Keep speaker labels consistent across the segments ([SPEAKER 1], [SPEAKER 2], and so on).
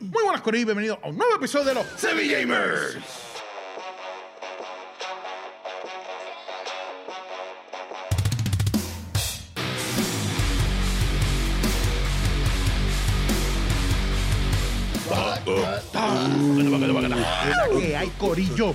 [SPEAKER 1] Buenas, Corillo, y bienvenido a un nuevo episodio de los Sevi Gamers. ¿Qué hay, Corillo?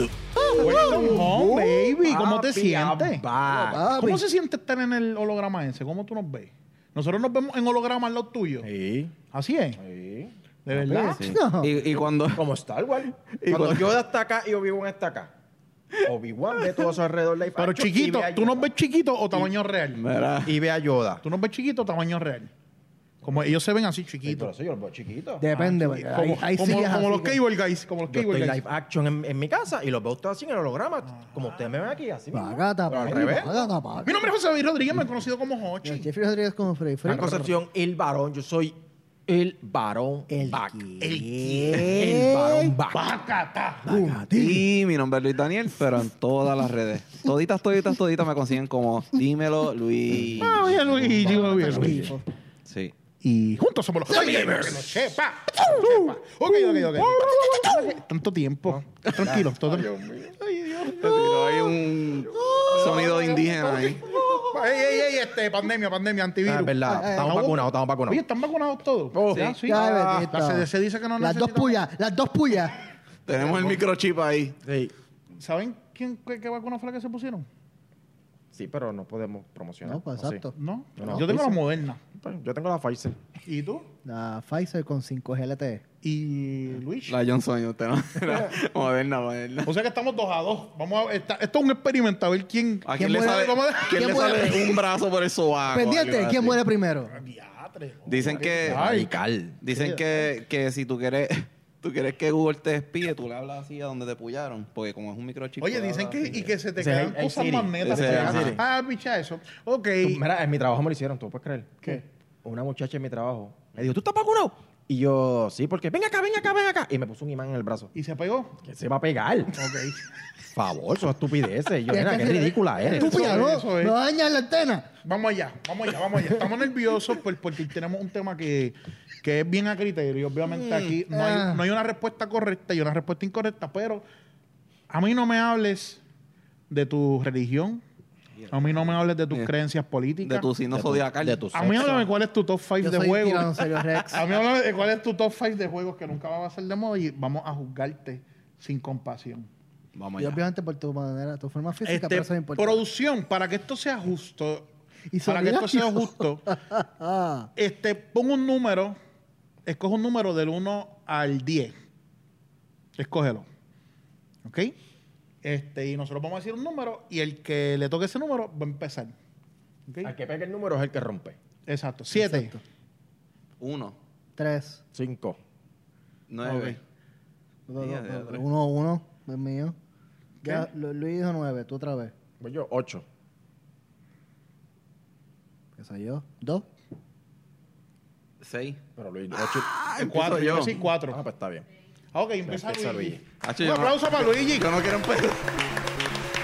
[SPEAKER 1] Welcome
[SPEAKER 2] Oh,
[SPEAKER 1] home, baby. ¿Cómo te
[SPEAKER 2] Papi,
[SPEAKER 1] sientes?
[SPEAKER 2] I'm back.
[SPEAKER 1] ¿Cómo se siente estar en el holograma ese? ¿Cómo tú nos ves? Nosotros nos vemos en holograma en los tuyos.
[SPEAKER 2] Sí.
[SPEAKER 1] Así es. ¿De verdad?
[SPEAKER 3] Y, y cuando.
[SPEAKER 2] Como Star Wars.
[SPEAKER 3] Y
[SPEAKER 2] cuando
[SPEAKER 3] cuando-
[SPEAKER 2] yo de hasta acá y Obi-Wan está acá. Obi-Wan ve todo eso alrededor de ahí.
[SPEAKER 1] Pero
[SPEAKER 2] Pacho,
[SPEAKER 1] chiquito,
[SPEAKER 2] y ve a
[SPEAKER 1] ¿tú nos
[SPEAKER 2] Yoda.
[SPEAKER 1] ves chiquito o tamaño real?
[SPEAKER 3] Mira.
[SPEAKER 2] Y ve a Yoda.
[SPEAKER 1] ¿Tú nos ves chiquito o tamaño real? Como ellos se ven así chiquitos.
[SPEAKER 2] eso yo lo veo chiquito.
[SPEAKER 4] Depende, porque
[SPEAKER 1] Como,
[SPEAKER 4] hay, hay
[SPEAKER 1] como-
[SPEAKER 4] sillas
[SPEAKER 1] como
[SPEAKER 4] así
[SPEAKER 1] los
[SPEAKER 4] que-
[SPEAKER 1] cable guys, como los
[SPEAKER 2] Yo
[SPEAKER 1] cable
[SPEAKER 2] estoy
[SPEAKER 1] guys.
[SPEAKER 2] live action en, en mi casa y los veo todos así en el holograma. Como ustedes me ven aquí, así. mismo.
[SPEAKER 4] Pagata,
[SPEAKER 2] Pero al
[SPEAKER 4] papi,
[SPEAKER 2] revés.
[SPEAKER 4] pagata, papi.
[SPEAKER 1] Mi nombre es José David Rodríguez, me he conocido como
[SPEAKER 4] Yo,
[SPEAKER 1] Hochi.
[SPEAKER 4] Jeffrey Rodríguez como Freddy
[SPEAKER 2] Fran
[SPEAKER 4] Freddy.
[SPEAKER 2] Concepción, el varón. Yo soy el varón
[SPEAKER 4] El
[SPEAKER 2] back.
[SPEAKER 4] qué.
[SPEAKER 2] el varón back. Ah,
[SPEAKER 1] ¡Bacata!
[SPEAKER 3] Y mi nombre es Luis Daniel, pero en todas las redes. Toditas, toditas, toditas me consiguen como Dímelo Luis.
[SPEAKER 1] Ah, bien, Luigi, muy bien, Luigi.
[SPEAKER 4] Tipo.
[SPEAKER 3] Sí.
[SPEAKER 1] Y juntos somos los Family Gamers. Que lo sepa. que lo sepa. Ok, ok,
[SPEAKER 4] Uh.
[SPEAKER 1] ok. Tanto tiempo. Tranquilo. Todo... Ay, Dios.
[SPEAKER 3] hay un sonido indígena ahí.
[SPEAKER 1] Ey, ey, ey, este, pandemia, pandemia, antivirus.
[SPEAKER 2] Ah, es verdad.
[SPEAKER 4] Ah, eh.
[SPEAKER 2] Estamos vacunados, estamos
[SPEAKER 1] Oye,
[SPEAKER 2] vacunados.
[SPEAKER 1] ¿están vacunados todos?
[SPEAKER 2] Oh,
[SPEAKER 1] Ya,
[SPEAKER 3] sí.
[SPEAKER 1] sí.
[SPEAKER 4] Ya,
[SPEAKER 1] Ah,
[SPEAKER 4] bendito.
[SPEAKER 1] se, se dice que no
[SPEAKER 4] Las dos
[SPEAKER 1] necesitamos-
[SPEAKER 4] pullas, las dos pullas.
[SPEAKER 3] Tenemos el microchip ahí.
[SPEAKER 2] Sí.
[SPEAKER 1] ¿Saben quién, qué, qué vacuna fue la que se pusieron?
[SPEAKER 2] Sí, pero no podemos promocionar.
[SPEAKER 4] No, pues
[SPEAKER 2] así.
[SPEAKER 4] exacto.
[SPEAKER 1] No.
[SPEAKER 2] No, no,
[SPEAKER 1] Yo tengo
[SPEAKER 2] sí.
[SPEAKER 1] la moderna.
[SPEAKER 2] Pues, Yo tengo la Pfizer.
[SPEAKER 1] ¿Y tú?
[SPEAKER 4] La Pfizer con 5G LTE.
[SPEAKER 1] ¿Y Luis?
[SPEAKER 3] La Johnson, yo te no. Era Moderna, moderna.
[SPEAKER 1] O sea que estamos dos a dos. Vamos a, esta- esto es un experimento a ver quién.
[SPEAKER 3] ¿A
[SPEAKER 4] ¿Quién
[SPEAKER 3] quién le
[SPEAKER 4] muere?
[SPEAKER 3] sale,
[SPEAKER 1] ¿Cómo de-
[SPEAKER 3] quién
[SPEAKER 4] quién
[SPEAKER 3] le
[SPEAKER 4] muere?
[SPEAKER 3] sale un brazo por el sobaco? algo
[SPEAKER 4] Pendiente,
[SPEAKER 3] así?
[SPEAKER 4] ¿quién muere primero?
[SPEAKER 1] Diatre.
[SPEAKER 3] Dicen que.
[SPEAKER 1] Ay,
[SPEAKER 3] Dicen que, que si tú quieres. Tú quieres que Google te espíe, tú le hablas así a donde te pullaron. Porque como es un microchip.
[SPEAKER 1] Oye,
[SPEAKER 3] tú le
[SPEAKER 1] dicen que,
[SPEAKER 3] hablas
[SPEAKER 1] y que se te
[SPEAKER 2] Ese es
[SPEAKER 1] quedan
[SPEAKER 2] el- el
[SPEAKER 1] cosas
[SPEAKER 2] Siri.
[SPEAKER 1] magnetas. que
[SPEAKER 3] Ese
[SPEAKER 1] te
[SPEAKER 3] es el
[SPEAKER 1] quedan-
[SPEAKER 2] Siri.
[SPEAKER 1] Ah, picha eso. Ok.
[SPEAKER 2] Mira, en mi trabajo me lo hicieron, tú puedes creer.
[SPEAKER 1] ¿Qué?
[SPEAKER 2] Una muchacha en mi trabajo me dijo, ¿tú estás vacunado? Y yo, sí, porque ven acá, ven acá, ven acá. Y me puso un imán en el brazo.
[SPEAKER 1] ¿Y se pegó?
[SPEAKER 2] ¿Qué se va a pegar? Por
[SPEAKER 1] Ok.
[SPEAKER 2] favor, son estupideces. Yo,
[SPEAKER 4] Ya
[SPEAKER 2] mira,
[SPEAKER 4] está
[SPEAKER 2] qué
[SPEAKER 4] así, ¿eh?
[SPEAKER 2] ridícula eres.
[SPEAKER 4] Estúpida,
[SPEAKER 1] Eso
[SPEAKER 4] ¿no?
[SPEAKER 1] es, eso es.
[SPEAKER 4] No dañas la antena.
[SPEAKER 1] Vamos allá, vamos allá, vamos allá. Estamos nerviosos por- porque tenemos un tema que, que es bien a criterio. Obviamente aquí no hay,
[SPEAKER 4] ah.
[SPEAKER 1] no hay una respuesta correcta y una respuesta incorrecta, pero a mí no me hables de tu religión, a mí no me hables de tus
[SPEAKER 3] Bien.
[SPEAKER 1] creencias políticas,
[SPEAKER 3] De tu signo zodiacal.
[SPEAKER 2] de tu
[SPEAKER 1] a mí háblame cuál es tu top 5
[SPEAKER 4] Yo
[SPEAKER 1] de Ah,
[SPEAKER 4] soy
[SPEAKER 1] juegos.
[SPEAKER 4] Tiranosaurio Rex.
[SPEAKER 1] A mí háblame de cuál es tu top 5 de juegos que nunca va a ser de moda y vamos a juzgarte sin compasión.
[SPEAKER 3] Vamos
[SPEAKER 4] Y
[SPEAKER 3] allá.
[SPEAKER 4] obviamente por tu manera, tu forma física,
[SPEAKER 1] Este,
[SPEAKER 4] pero eso es importante.
[SPEAKER 1] producción, para que esto sea justo,
[SPEAKER 4] Y
[SPEAKER 1] para que esto sea
[SPEAKER 4] solidario.
[SPEAKER 1] justo,
[SPEAKER 4] Ah,
[SPEAKER 1] este, pon un número, escoge un número del 1 al 10. Escógelo. ¿Ok? Este, y nosotros vamos a decir un número y el que le toque ese número va a empezar. ¿Ok?
[SPEAKER 2] Al que pega el número es el que rompe.
[SPEAKER 1] Exacto. 7,
[SPEAKER 4] Exacto.
[SPEAKER 3] Uno.
[SPEAKER 4] tres.
[SPEAKER 2] Cinco.
[SPEAKER 3] Nueve.
[SPEAKER 4] Uno,
[SPEAKER 3] Día de tres.
[SPEAKER 4] uno, uno, es mío. Ya,
[SPEAKER 1] ¿Qué?
[SPEAKER 4] Lu- Luis dijo nueve, tú otra vez.
[SPEAKER 2] Voy yo, ocho.
[SPEAKER 4] ¿Qué soy yo? Dos.
[SPEAKER 3] Seis.
[SPEAKER 2] Pero Luis, ocho.
[SPEAKER 1] 4,
[SPEAKER 3] empiezo
[SPEAKER 1] yo.
[SPEAKER 3] yo.
[SPEAKER 1] Sí, 4.
[SPEAKER 2] Ah, pues está bien.
[SPEAKER 1] ok, empieza
[SPEAKER 2] Empieza
[SPEAKER 1] Luigi.
[SPEAKER 2] Luigi.
[SPEAKER 3] Hacho,
[SPEAKER 1] Un
[SPEAKER 3] Ah, yo no-
[SPEAKER 1] aplauso para Luigi.
[SPEAKER 3] Yo no quiero empezar.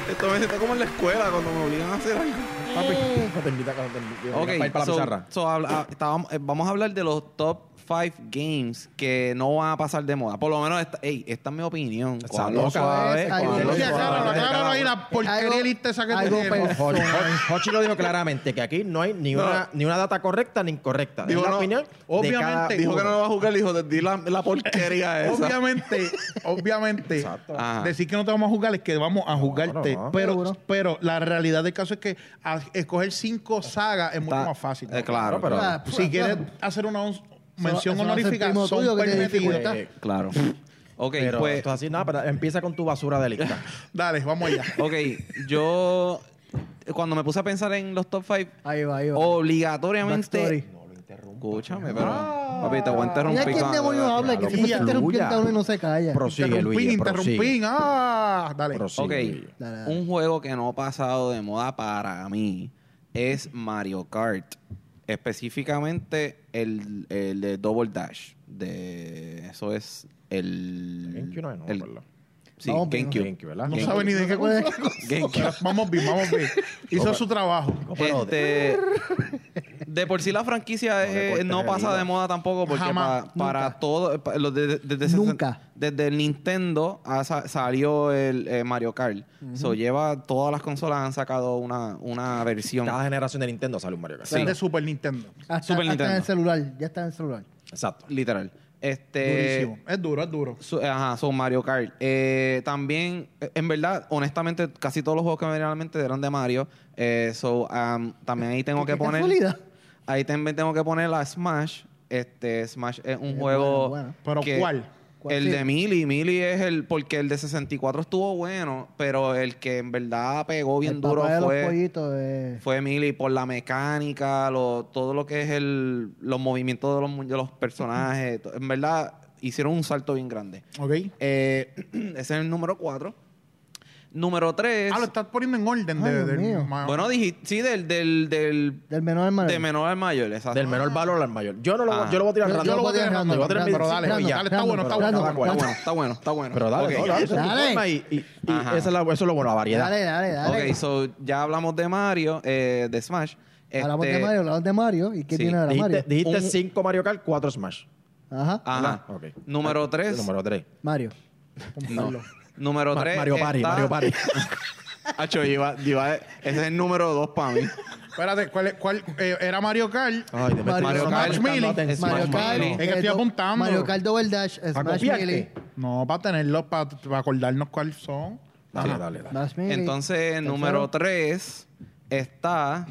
[SPEAKER 3] Esto me siento como en la escuela cuando me obligan a hacer algo.
[SPEAKER 2] Papi, no te invita a no te invita
[SPEAKER 3] Ok,
[SPEAKER 2] para ir para la
[SPEAKER 3] so-
[SPEAKER 2] pizarra.
[SPEAKER 3] so habla- ah, estábamos- eh, vamos a hablar de los top 5 games que no van a pasar de moda. Por lo menos, esta, ey, esta es mi opinión.
[SPEAKER 2] Está
[SPEAKER 3] Cuando
[SPEAKER 2] loca. ¿eh?
[SPEAKER 3] suave,
[SPEAKER 4] Esa,
[SPEAKER 3] cuando
[SPEAKER 4] esa,
[SPEAKER 1] Sí,
[SPEAKER 4] Luigi.
[SPEAKER 1] acláralo,
[SPEAKER 3] suave.
[SPEAKER 1] acláralo ahí la porquería
[SPEAKER 4] Algo-
[SPEAKER 1] lista esa que tú
[SPEAKER 4] algo
[SPEAKER 1] tienes.
[SPEAKER 4] pensado.
[SPEAKER 2] Hochi, Hochi- Hochi lo dijo claramente, que aquí no hay ni,
[SPEAKER 3] No.
[SPEAKER 2] una, ni una data correcta ni incorrecta.
[SPEAKER 3] Dijo
[SPEAKER 2] es la
[SPEAKER 3] no.
[SPEAKER 2] opinión
[SPEAKER 1] Obviamente,
[SPEAKER 2] de cada
[SPEAKER 3] Dijo que no
[SPEAKER 2] uno.
[SPEAKER 3] lo va a jugar, dijo, de- di la, la porquería esa.
[SPEAKER 1] Obviamente, obviamente, Ah.
[SPEAKER 2] Exacto.
[SPEAKER 3] Ajá.
[SPEAKER 1] decir que no te vamos a jugar es que vamos a jugarte.
[SPEAKER 2] no.
[SPEAKER 1] Pero,
[SPEAKER 4] Seguro.
[SPEAKER 1] pero la realidad del caso es que a- escoger cinco sagas es mucho
[SPEAKER 3] Está-
[SPEAKER 1] más fácil.
[SPEAKER 3] eh,
[SPEAKER 2] Claro,
[SPEAKER 3] claro,
[SPEAKER 2] pero-
[SPEAKER 3] pero...
[SPEAKER 4] Ah,
[SPEAKER 1] Si quieres
[SPEAKER 4] claro.
[SPEAKER 1] hacer una on- mención
[SPEAKER 4] eso no hace el
[SPEAKER 1] honorífica,
[SPEAKER 4] primo
[SPEAKER 1] son
[SPEAKER 4] tuyo que te
[SPEAKER 1] permitidas.
[SPEAKER 4] dificulta.
[SPEAKER 2] Eh,
[SPEAKER 3] Claro. Ok,
[SPEAKER 2] Pero
[SPEAKER 3] pues...
[SPEAKER 2] esto es así, nada, pero empieza con tu basura de lista.
[SPEAKER 1] Dale, vamos allá.
[SPEAKER 3] Ok, yo... Cuando me puse a pensar en los top 5,
[SPEAKER 4] Ahí va, ahí va.
[SPEAKER 3] Oh, obligatoriamente...
[SPEAKER 4] Backstory.
[SPEAKER 3] Escúchame, pero... Papi, te voy a
[SPEAKER 4] Ah. Mira
[SPEAKER 3] interrumpir.
[SPEAKER 4] quién
[SPEAKER 3] cuando-
[SPEAKER 4] demonios habla que
[SPEAKER 2] Diablo,
[SPEAKER 4] siempre está interrumpiendo
[SPEAKER 2] fluya.
[SPEAKER 4] a uno y no se calla.
[SPEAKER 2] Prosigue,
[SPEAKER 1] Interrumpín,
[SPEAKER 2] Luis.
[SPEAKER 1] interrumpín. Ah, dale.
[SPEAKER 3] Ok,
[SPEAKER 4] Dale, dale.
[SPEAKER 3] un juego que no ha pasado de moda para mí es Mario Kart. Específicamente el, el de Double Dash. De, eso es el.
[SPEAKER 2] GameCube no es, no,
[SPEAKER 3] el-
[SPEAKER 2] ¿verdad?
[SPEAKER 3] Sí,
[SPEAKER 4] Vamos,
[SPEAKER 3] GameCube.
[SPEAKER 2] GameCube, ¿verdad?
[SPEAKER 1] No
[SPEAKER 2] Game-
[SPEAKER 1] sabe ni de qué
[SPEAKER 4] puede-
[SPEAKER 1] cosa.
[SPEAKER 3] GameCube.
[SPEAKER 1] Vamos bien, vamos bien. Hizo
[SPEAKER 2] Opa.
[SPEAKER 1] su trabajo.
[SPEAKER 2] pero-
[SPEAKER 3] Este, De por sí la franquicia
[SPEAKER 2] No le
[SPEAKER 3] eh,
[SPEAKER 2] cortes
[SPEAKER 3] no
[SPEAKER 2] el
[SPEAKER 3] pasa
[SPEAKER 2] hilo.
[SPEAKER 3] de moda tampoco porque
[SPEAKER 1] Jamás,
[SPEAKER 3] pa- para
[SPEAKER 4] nunca.
[SPEAKER 3] todo pa- los de- de- desde sesen-
[SPEAKER 4] Nunca.
[SPEAKER 3] desde el Nintendo ha sa- salió el eh, Mario Kart. So lleva todas las consolas han sacado una, una versión.
[SPEAKER 2] Cada generación de Nintendo sale un Mario Kart.
[SPEAKER 3] Sí.
[SPEAKER 1] Es de Super Nintendo.
[SPEAKER 4] Hasta,
[SPEAKER 3] Super
[SPEAKER 4] hasta Ah, en
[SPEAKER 3] Nintendo.
[SPEAKER 4] el celular, ya está en el celular.
[SPEAKER 2] Exacto.
[SPEAKER 3] Literal. Este
[SPEAKER 1] Durísimo. Es duro, es duro.
[SPEAKER 3] su- ajá, son Mario Kart. Eh, también, eh, en verdad, honestamente, casi todos los juegos que me vienen a la mente eran de Mario. Eh, so, um, también ahí tengo
[SPEAKER 4] Qué
[SPEAKER 3] que poner.
[SPEAKER 4] casualidad.
[SPEAKER 3] Ahí también tengo que poner la Smash. Este, Smash es un
[SPEAKER 4] Es bueno,
[SPEAKER 3] juego.
[SPEAKER 4] bueno.
[SPEAKER 1] Pero
[SPEAKER 3] que-
[SPEAKER 1] ¿cuál?
[SPEAKER 4] ¿Cuál?
[SPEAKER 3] el
[SPEAKER 4] Sí.
[SPEAKER 3] de Mili. Mili es el. Porque el de 64 estuvo bueno, pero el que en verdad pegó bien
[SPEAKER 4] el
[SPEAKER 3] duro
[SPEAKER 4] papá de
[SPEAKER 3] fue.
[SPEAKER 4] los pollitos es...
[SPEAKER 3] Fue Mili por la mecánica, lo- todo lo que es el, los movimientos de los, mu- de los personajes. to- En verdad, hicieron un salto bien grande.
[SPEAKER 1] ¿Ok?
[SPEAKER 3] Eh, ese es el número 4. Número 3.
[SPEAKER 1] Ah, lo estás poniendo en orden. De,
[SPEAKER 4] Ay, Dios
[SPEAKER 1] del-
[SPEAKER 4] mío.
[SPEAKER 1] ma-
[SPEAKER 3] Bueno, dije, sí, del, del, del
[SPEAKER 4] Del menor al mayor.
[SPEAKER 3] de menor al mayor. exacto.
[SPEAKER 2] Del menor valor al mayor. Yo no lo,
[SPEAKER 3] Ah.
[SPEAKER 2] yo lo voy a tirar
[SPEAKER 4] Yo- yo
[SPEAKER 2] random.
[SPEAKER 4] lo voy a tirar
[SPEAKER 2] Yo voy a tirar
[SPEAKER 4] random,
[SPEAKER 2] mi-
[SPEAKER 1] pero dale,
[SPEAKER 2] sí,
[SPEAKER 1] dale,
[SPEAKER 2] ya.
[SPEAKER 1] está bueno, está bueno, está
[SPEAKER 4] Random,
[SPEAKER 1] bueno.
[SPEAKER 4] random.
[SPEAKER 3] Está bueno, está bueno, está bueno.
[SPEAKER 2] Pero dale,
[SPEAKER 3] Ok.
[SPEAKER 2] no, dale, eso es
[SPEAKER 4] Dale.
[SPEAKER 2] forma Y, y- y
[SPEAKER 3] Ajá.
[SPEAKER 2] esa es la- eso es lo bueno, la variedad.
[SPEAKER 4] Dale, dale, dale.
[SPEAKER 3] Ok, so ya hablamos de Mario, eh, de Smash.
[SPEAKER 4] Hablamos
[SPEAKER 3] Este,
[SPEAKER 4] de Mario, hablamos de Mario. ¿Y qué
[SPEAKER 3] Sí,
[SPEAKER 4] tiene ahora Mario?
[SPEAKER 2] Dijiste, dijiste
[SPEAKER 3] Un-
[SPEAKER 2] cinco Mario Kart, cuatro Smash.
[SPEAKER 4] Ajá,
[SPEAKER 3] Ajá.
[SPEAKER 2] ¿verdad? Ok. Ah,
[SPEAKER 3] Número 3.
[SPEAKER 2] Número tres.
[SPEAKER 4] Mario.
[SPEAKER 3] No. Número
[SPEAKER 2] Ma-
[SPEAKER 3] 3.
[SPEAKER 2] Mario Party, Mario Party.
[SPEAKER 3] Acho, iba- iba- ese es el número 2 para mí.
[SPEAKER 1] Espérate, ¿cuál, es- cuál, eh, era Mario Kart?
[SPEAKER 2] Ay, de
[SPEAKER 4] Mario
[SPEAKER 2] Mario
[SPEAKER 1] Kart.
[SPEAKER 2] Kart.
[SPEAKER 1] Millie.
[SPEAKER 2] Atención.
[SPEAKER 4] Mario
[SPEAKER 3] Smash
[SPEAKER 4] Kart.
[SPEAKER 3] Melee.
[SPEAKER 1] Es que
[SPEAKER 4] eh,
[SPEAKER 1] estoy
[SPEAKER 4] do-
[SPEAKER 1] apuntando.
[SPEAKER 4] Mario Kart Double Dash, Smash
[SPEAKER 2] copiarte?
[SPEAKER 4] Melee.
[SPEAKER 1] No, para tenerlo, para, acordarnos cuáles son.
[SPEAKER 2] Dale, dale, dale.
[SPEAKER 4] Smash Melee.
[SPEAKER 3] Entonces,
[SPEAKER 4] Tercero,
[SPEAKER 3] número 3 está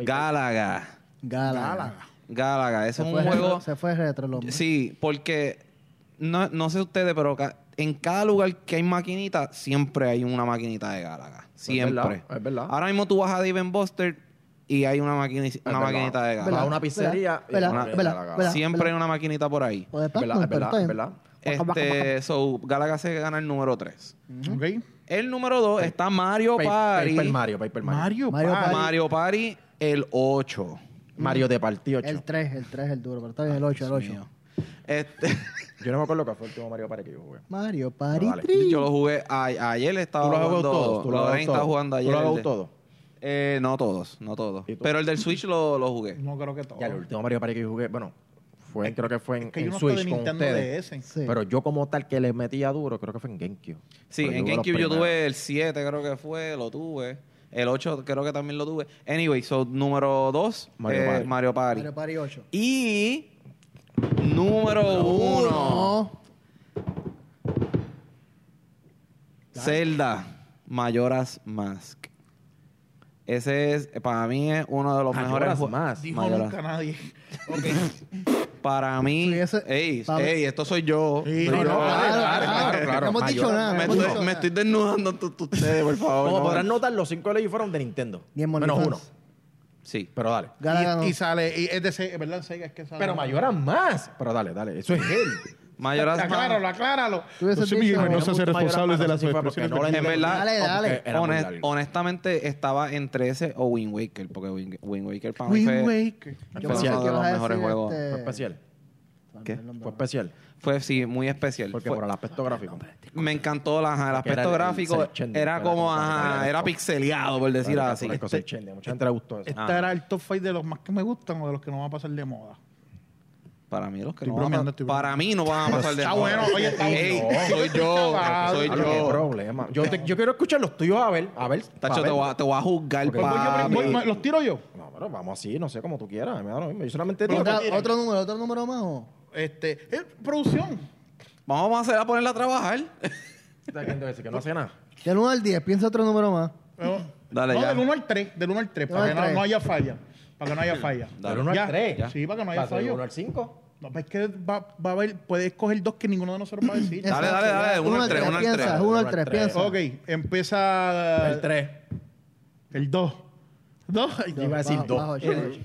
[SPEAKER 3] Galaga.
[SPEAKER 4] Galaga.
[SPEAKER 1] Galaga.
[SPEAKER 3] Galaga, ese
[SPEAKER 4] Se
[SPEAKER 3] es
[SPEAKER 4] fue
[SPEAKER 3] un juego.
[SPEAKER 4] retro- Se fue retro, el hombre.
[SPEAKER 3] Sí, porque no, no sé ustedes, pero ca- en cada lugar que hay maquinita, siempre hay una maquinita de Galaga. Siempre.
[SPEAKER 2] verdad, es verdad.
[SPEAKER 3] Ahora mismo tú vas a Dave Buster y hay una, maquini- una
[SPEAKER 2] verdad.
[SPEAKER 3] maquinita de
[SPEAKER 2] Verdad.
[SPEAKER 3] Galaga.
[SPEAKER 2] a una pizzería y
[SPEAKER 4] Vela,
[SPEAKER 2] una-
[SPEAKER 4] vela, vela,
[SPEAKER 2] Galaga.
[SPEAKER 4] vela,
[SPEAKER 3] siempre hay
[SPEAKER 4] vela.
[SPEAKER 3] una maquinita por ahí.
[SPEAKER 4] O de
[SPEAKER 2] Es verdad,
[SPEAKER 4] Pac-Man,
[SPEAKER 2] es
[SPEAKER 4] pero
[SPEAKER 2] verdad,
[SPEAKER 4] está
[SPEAKER 2] es
[SPEAKER 4] bien.
[SPEAKER 2] verdad.
[SPEAKER 3] Este, so, Galaga se gana el número 3.
[SPEAKER 1] ¿Ok?
[SPEAKER 3] El número 2 está Mario
[SPEAKER 2] Pa-
[SPEAKER 3] Party. Ah,
[SPEAKER 2] Paper Mario, Paper Mario.
[SPEAKER 1] Mario,
[SPEAKER 4] Mario
[SPEAKER 1] Party.
[SPEAKER 3] Mario Party, el 8.
[SPEAKER 2] Mario de partido 8.
[SPEAKER 4] El 3, el 3 es el duro, pero está bien, el 8, el 8.
[SPEAKER 3] Este,
[SPEAKER 2] Yo no me acuerdo cuál fue el último Mario Party que yo jugué.
[SPEAKER 4] Mario Party
[SPEAKER 2] Vale.
[SPEAKER 4] 3.
[SPEAKER 3] yo lo jugué a- ayer, estaba
[SPEAKER 2] Tú lo has jugado
[SPEAKER 3] jugando.
[SPEAKER 2] todos. Tú lo has jugado
[SPEAKER 3] Lorraine estaba
[SPEAKER 2] todos.
[SPEAKER 3] jugando
[SPEAKER 2] Tú
[SPEAKER 3] ayer.
[SPEAKER 2] lo has
[SPEAKER 3] el
[SPEAKER 2] jugado
[SPEAKER 3] de-
[SPEAKER 2] todos.
[SPEAKER 3] Eh, no todos, no todos.
[SPEAKER 2] ¿Y tú?
[SPEAKER 3] Pero el del Switch lo, lo jugué.
[SPEAKER 1] No creo que todo.
[SPEAKER 2] Ya, el último Mario Party que yo jugué, bueno, fue, en- creo que fue en,
[SPEAKER 1] Es que
[SPEAKER 2] en
[SPEAKER 1] yo no estoy
[SPEAKER 2] Switch
[SPEAKER 1] de
[SPEAKER 2] con
[SPEAKER 1] Nintendo
[SPEAKER 2] ustedes.
[SPEAKER 1] DS.
[SPEAKER 4] Sí.
[SPEAKER 2] Pero yo como tal que le metía duro, creo que fue en GameCube.
[SPEAKER 3] Sí,
[SPEAKER 2] Pero
[SPEAKER 3] en
[SPEAKER 2] Pues jugué los
[SPEAKER 3] GameCube yo
[SPEAKER 2] primeros.
[SPEAKER 3] tuve el 7, creo que fue, lo tuve. El 8 creo que también lo tuve. Anyway, so número 2,
[SPEAKER 2] Mario Party.
[SPEAKER 3] Mario Party.
[SPEAKER 4] Mario Party 8.
[SPEAKER 3] Y número 1,
[SPEAKER 4] Uno.
[SPEAKER 3] Zelda Mayoras Mask. Ese es, para mí es uno de los mejores
[SPEAKER 2] Mayoras
[SPEAKER 3] jue-
[SPEAKER 2] Ah, más.
[SPEAKER 1] Dijo
[SPEAKER 3] Mayoras.
[SPEAKER 1] nunca nadie.
[SPEAKER 3] Para mí,
[SPEAKER 4] Sí, ese-
[SPEAKER 3] ey,
[SPEAKER 4] pa-
[SPEAKER 3] ey, esto soy yo.
[SPEAKER 1] Sí,
[SPEAKER 3] Soy
[SPEAKER 1] no,
[SPEAKER 3] yo.
[SPEAKER 1] no,
[SPEAKER 3] Dale,
[SPEAKER 1] claro,
[SPEAKER 3] dale,
[SPEAKER 1] claro,
[SPEAKER 3] dale.
[SPEAKER 2] claro.
[SPEAKER 4] No hemos dicho
[SPEAKER 2] Mayor-
[SPEAKER 4] nada. no
[SPEAKER 3] Me
[SPEAKER 4] hemos dicho
[SPEAKER 3] estoy, me
[SPEAKER 4] nada.
[SPEAKER 3] estoy desnudando ante ustedes, por favor.
[SPEAKER 2] Como
[SPEAKER 3] no.
[SPEAKER 2] podrán notar, los cinco de ellos fueron de Nintendo.
[SPEAKER 4] Bien
[SPEAKER 2] menos uno.
[SPEAKER 4] bonitos.
[SPEAKER 3] Sí.
[SPEAKER 2] Pero dale.
[SPEAKER 4] Galaga no.
[SPEAKER 1] Y, y sale, y es de Sega, ¿verdad? Sega es que sale.
[SPEAKER 2] Pero Mayoras más. Pero dale, dale. Eso es él.
[SPEAKER 3] Mayoras Mask.
[SPEAKER 1] Acláralo, acláralo.
[SPEAKER 4] Tú hubieses
[SPEAKER 1] Yo soy
[SPEAKER 4] dicho-
[SPEAKER 1] millonario, no sé
[SPEAKER 4] Mayor-
[SPEAKER 1] ser responsable de las expresiones.
[SPEAKER 2] no la
[SPEAKER 3] En verdad,
[SPEAKER 4] Dale, dale.
[SPEAKER 3] honest- honestamente, estaba entre ese o Wind Waker, porque Wind, Wind Waker para mí fue,
[SPEAKER 1] Wind Waker.
[SPEAKER 4] Yo
[SPEAKER 3] fue
[SPEAKER 4] pensé
[SPEAKER 3] uno
[SPEAKER 4] que
[SPEAKER 3] de los
[SPEAKER 4] ibas a
[SPEAKER 3] mejores
[SPEAKER 4] decir,
[SPEAKER 3] juegos.
[SPEAKER 4] este,
[SPEAKER 2] Fue especial.
[SPEAKER 3] ¿Qué?
[SPEAKER 2] Fue especial.
[SPEAKER 3] Fue, sí, muy especial.
[SPEAKER 2] Porque
[SPEAKER 3] Fue-
[SPEAKER 2] por el aspecto gráfico.
[SPEAKER 3] me encantó la- ajá, el
[SPEAKER 2] Porque era el-
[SPEAKER 3] aspecto
[SPEAKER 2] el
[SPEAKER 3] gráfico.
[SPEAKER 2] cel shading,
[SPEAKER 3] era
[SPEAKER 2] era
[SPEAKER 3] como,
[SPEAKER 2] como-
[SPEAKER 3] ajá,
[SPEAKER 2] era
[SPEAKER 3] era
[SPEAKER 2] como-
[SPEAKER 3] pixeleado, por decir
[SPEAKER 2] Claro,
[SPEAKER 3] así.
[SPEAKER 2] por las cosas
[SPEAKER 1] Este-
[SPEAKER 2] chendes. Mucha gente le gustó eso.
[SPEAKER 1] Este
[SPEAKER 3] Ajá.
[SPEAKER 1] era el top 5 de los más que me gustan o de los que no van a pasar de moda.
[SPEAKER 3] Para mí, los que
[SPEAKER 1] Estoy
[SPEAKER 3] no van a
[SPEAKER 1] bromeando,
[SPEAKER 3] pa-
[SPEAKER 1] estoy
[SPEAKER 3] Para mí no van a pasar de
[SPEAKER 1] Está
[SPEAKER 3] moda.
[SPEAKER 1] bueno, oye, está
[SPEAKER 3] Ey,
[SPEAKER 1] bueno.
[SPEAKER 3] Soy yo, soy
[SPEAKER 2] Hablo, Ah, qué
[SPEAKER 3] yo.
[SPEAKER 2] problema. Yo, te- yo quiero escuchar los tuyos, a ver. A ver.
[SPEAKER 3] Tacho, te voy a, te voy a juzgar,
[SPEAKER 2] Porque voy yo
[SPEAKER 1] Voy-
[SPEAKER 3] papi.
[SPEAKER 1] voy- voy- ¿Los tiro yo?
[SPEAKER 2] No, pero vamos así, no sé, como tú quieras. Me da lo mismo. Yo solamente digo.
[SPEAKER 4] Otra-
[SPEAKER 2] que-
[SPEAKER 4] Otro número, otro número más. o?
[SPEAKER 1] Este, eh, producción.
[SPEAKER 3] Vamos a, hacer, a ponerla a trabajar.
[SPEAKER 2] Está diciendo ese, que no hace nada.
[SPEAKER 4] Del 1 al 10, piensa otro número más.
[SPEAKER 1] Eh,
[SPEAKER 3] Dale,
[SPEAKER 1] no,
[SPEAKER 3] ya.
[SPEAKER 1] del 1 al 3, del 1 al 3,
[SPEAKER 4] Del
[SPEAKER 1] para
[SPEAKER 4] uno
[SPEAKER 1] que
[SPEAKER 4] al
[SPEAKER 1] no,
[SPEAKER 4] tres.
[SPEAKER 1] no haya falla. Para que no haya falla.
[SPEAKER 3] Dale.
[SPEAKER 2] Del uno al
[SPEAKER 1] Ya,
[SPEAKER 2] tres.
[SPEAKER 1] ya. Sí, para que no haya
[SPEAKER 2] Pasa del
[SPEAKER 1] fallo.
[SPEAKER 2] uno al 5.
[SPEAKER 1] No, pues es que va, va a haber, puedes escoger dos que ninguno de nosotros va a decir.
[SPEAKER 3] Dale, dale, dale, uno al tres, uno al tres.
[SPEAKER 4] Piensa, 1 al 3, piensa.
[SPEAKER 1] ok, empieza
[SPEAKER 2] El 3.
[SPEAKER 1] el 2. 2.
[SPEAKER 2] Yo iba a decir
[SPEAKER 4] Bajo,
[SPEAKER 2] dos.
[SPEAKER 4] bajo,
[SPEAKER 3] Eh,
[SPEAKER 4] ocho, ocho.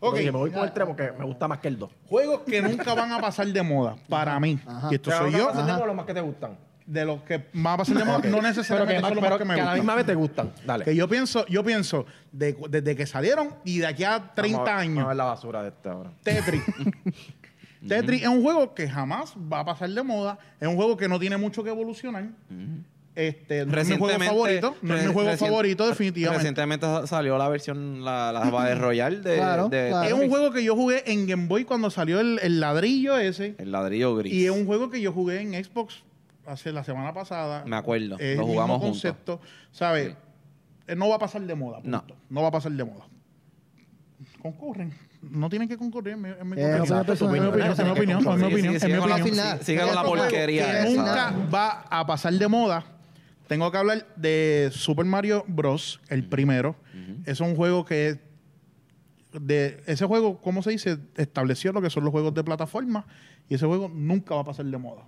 [SPEAKER 1] Ok.
[SPEAKER 2] Oye, me voy con el 3 porque me gusta más que el 2.
[SPEAKER 1] Juegos que nunca van a pasar de moda, para mí.
[SPEAKER 4] Ajá.
[SPEAKER 1] Y esto soy yo.
[SPEAKER 2] los más que te gustan.
[SPEAKER 1] De los que más va a pasar de moda, no
[SPEAKER 2] Pero que,
[SPEAKER 1] necesariamente
[SPEAKER 2] más-
[SPEAKER 1] son los
[SPEAKER 2] pero
[SPEAKER 1] más que me
[SPEAKER 2] que a la
[SPEAKER 1] gustan.
[SPEAKER 2] misma vez te gustan. Dale.
[SPEAKER 1] Que yo pienso, yo pienso, de- desde que salieron y de aquí a 30
[SPEAKER 2] Vamos a- Vamos a ver
[SPEAKER 1] años,
[SPEAKER 2] la basura de esta ahora.
[SPEAKER 1] Tetris. Tetris es un juego que jamás va a pasar de moda, es un juego que no tiene mucho que evolucionar. Este, no es mi juego favorito. No es mi juego
[SPEAKER 3] recien-
[SPEAKER 1] favorito, definitivamente.
[SPEAKER 3] Recientemente sa- salió la versión, la, la Battle Royale de,
[SPEAKER 4] Claro,
[SPEAKER 3] de-
[SPEAKER 4] claro.
[SPEAKER 1] Es un juego que yo jugué en Game Boy cuando salió el, el ladrillo ese.
[SPEAKER 3] El ladrillo gris.
[SPEAKER 1] Y es un juego que yo jugué en Xbox hace la semana pasada.
[SPEAKER 3] Me acuerdo,
[SPEAKER 1] Es
[SPEAKER 3] lo
[SPEAKER 1] el
[SPEAKER 3] jugamos
[SPEAKER 1] mismo
[SPEAKER 3] juntos.
[SPEAKER 1] concepto. ¿Sabes? Eh, No va a pasar de moda. punto.
[SPEAKER 3] No.
[SPEAKER 1] No va a pasar de moda. Concurren. No tienen que concurrir. en mi- en mi
[SPEAKER 4] Eh,
[SPEAKER 1] concurrencia.
[SPEAKER 4] opinión personal,
[SPEAKER 1] Es mi opinión, es
[SPEAKER 4] ¿verdad?
[SPEAKER 1] mi
[SPEAKER 4] Tienen que
[SPEAKER 1] opinión, es mi
[SPEAKER 4] concurrir.
[SPEAKER 1] opinión,
[SPEAKER 3] Sí,
[SPEAKER 1] es
[SPEAKER 3] sí,
[SPEAKER 1] mi
[SPEAKER 3] sigue con la
[SPEAKER 1] opinión.
[SPEAKER 4] opinión.
[SPEAKER 3] fin- sigue con la
[SPEAKER 4] Otro juego
[SPEAKER 3] porquería.
[SPEAKER 1] que
[SPEAKER 4] esa.
[SPEAKER 1] nunca va a pasar de moda. Tengo que hablar de Super Mario Bros. El primero. Es un juego que de ese juego, ¿cómo se dice? Estableció lo que son los juegos de plataforma y ese juego nunca va a pasar de moda.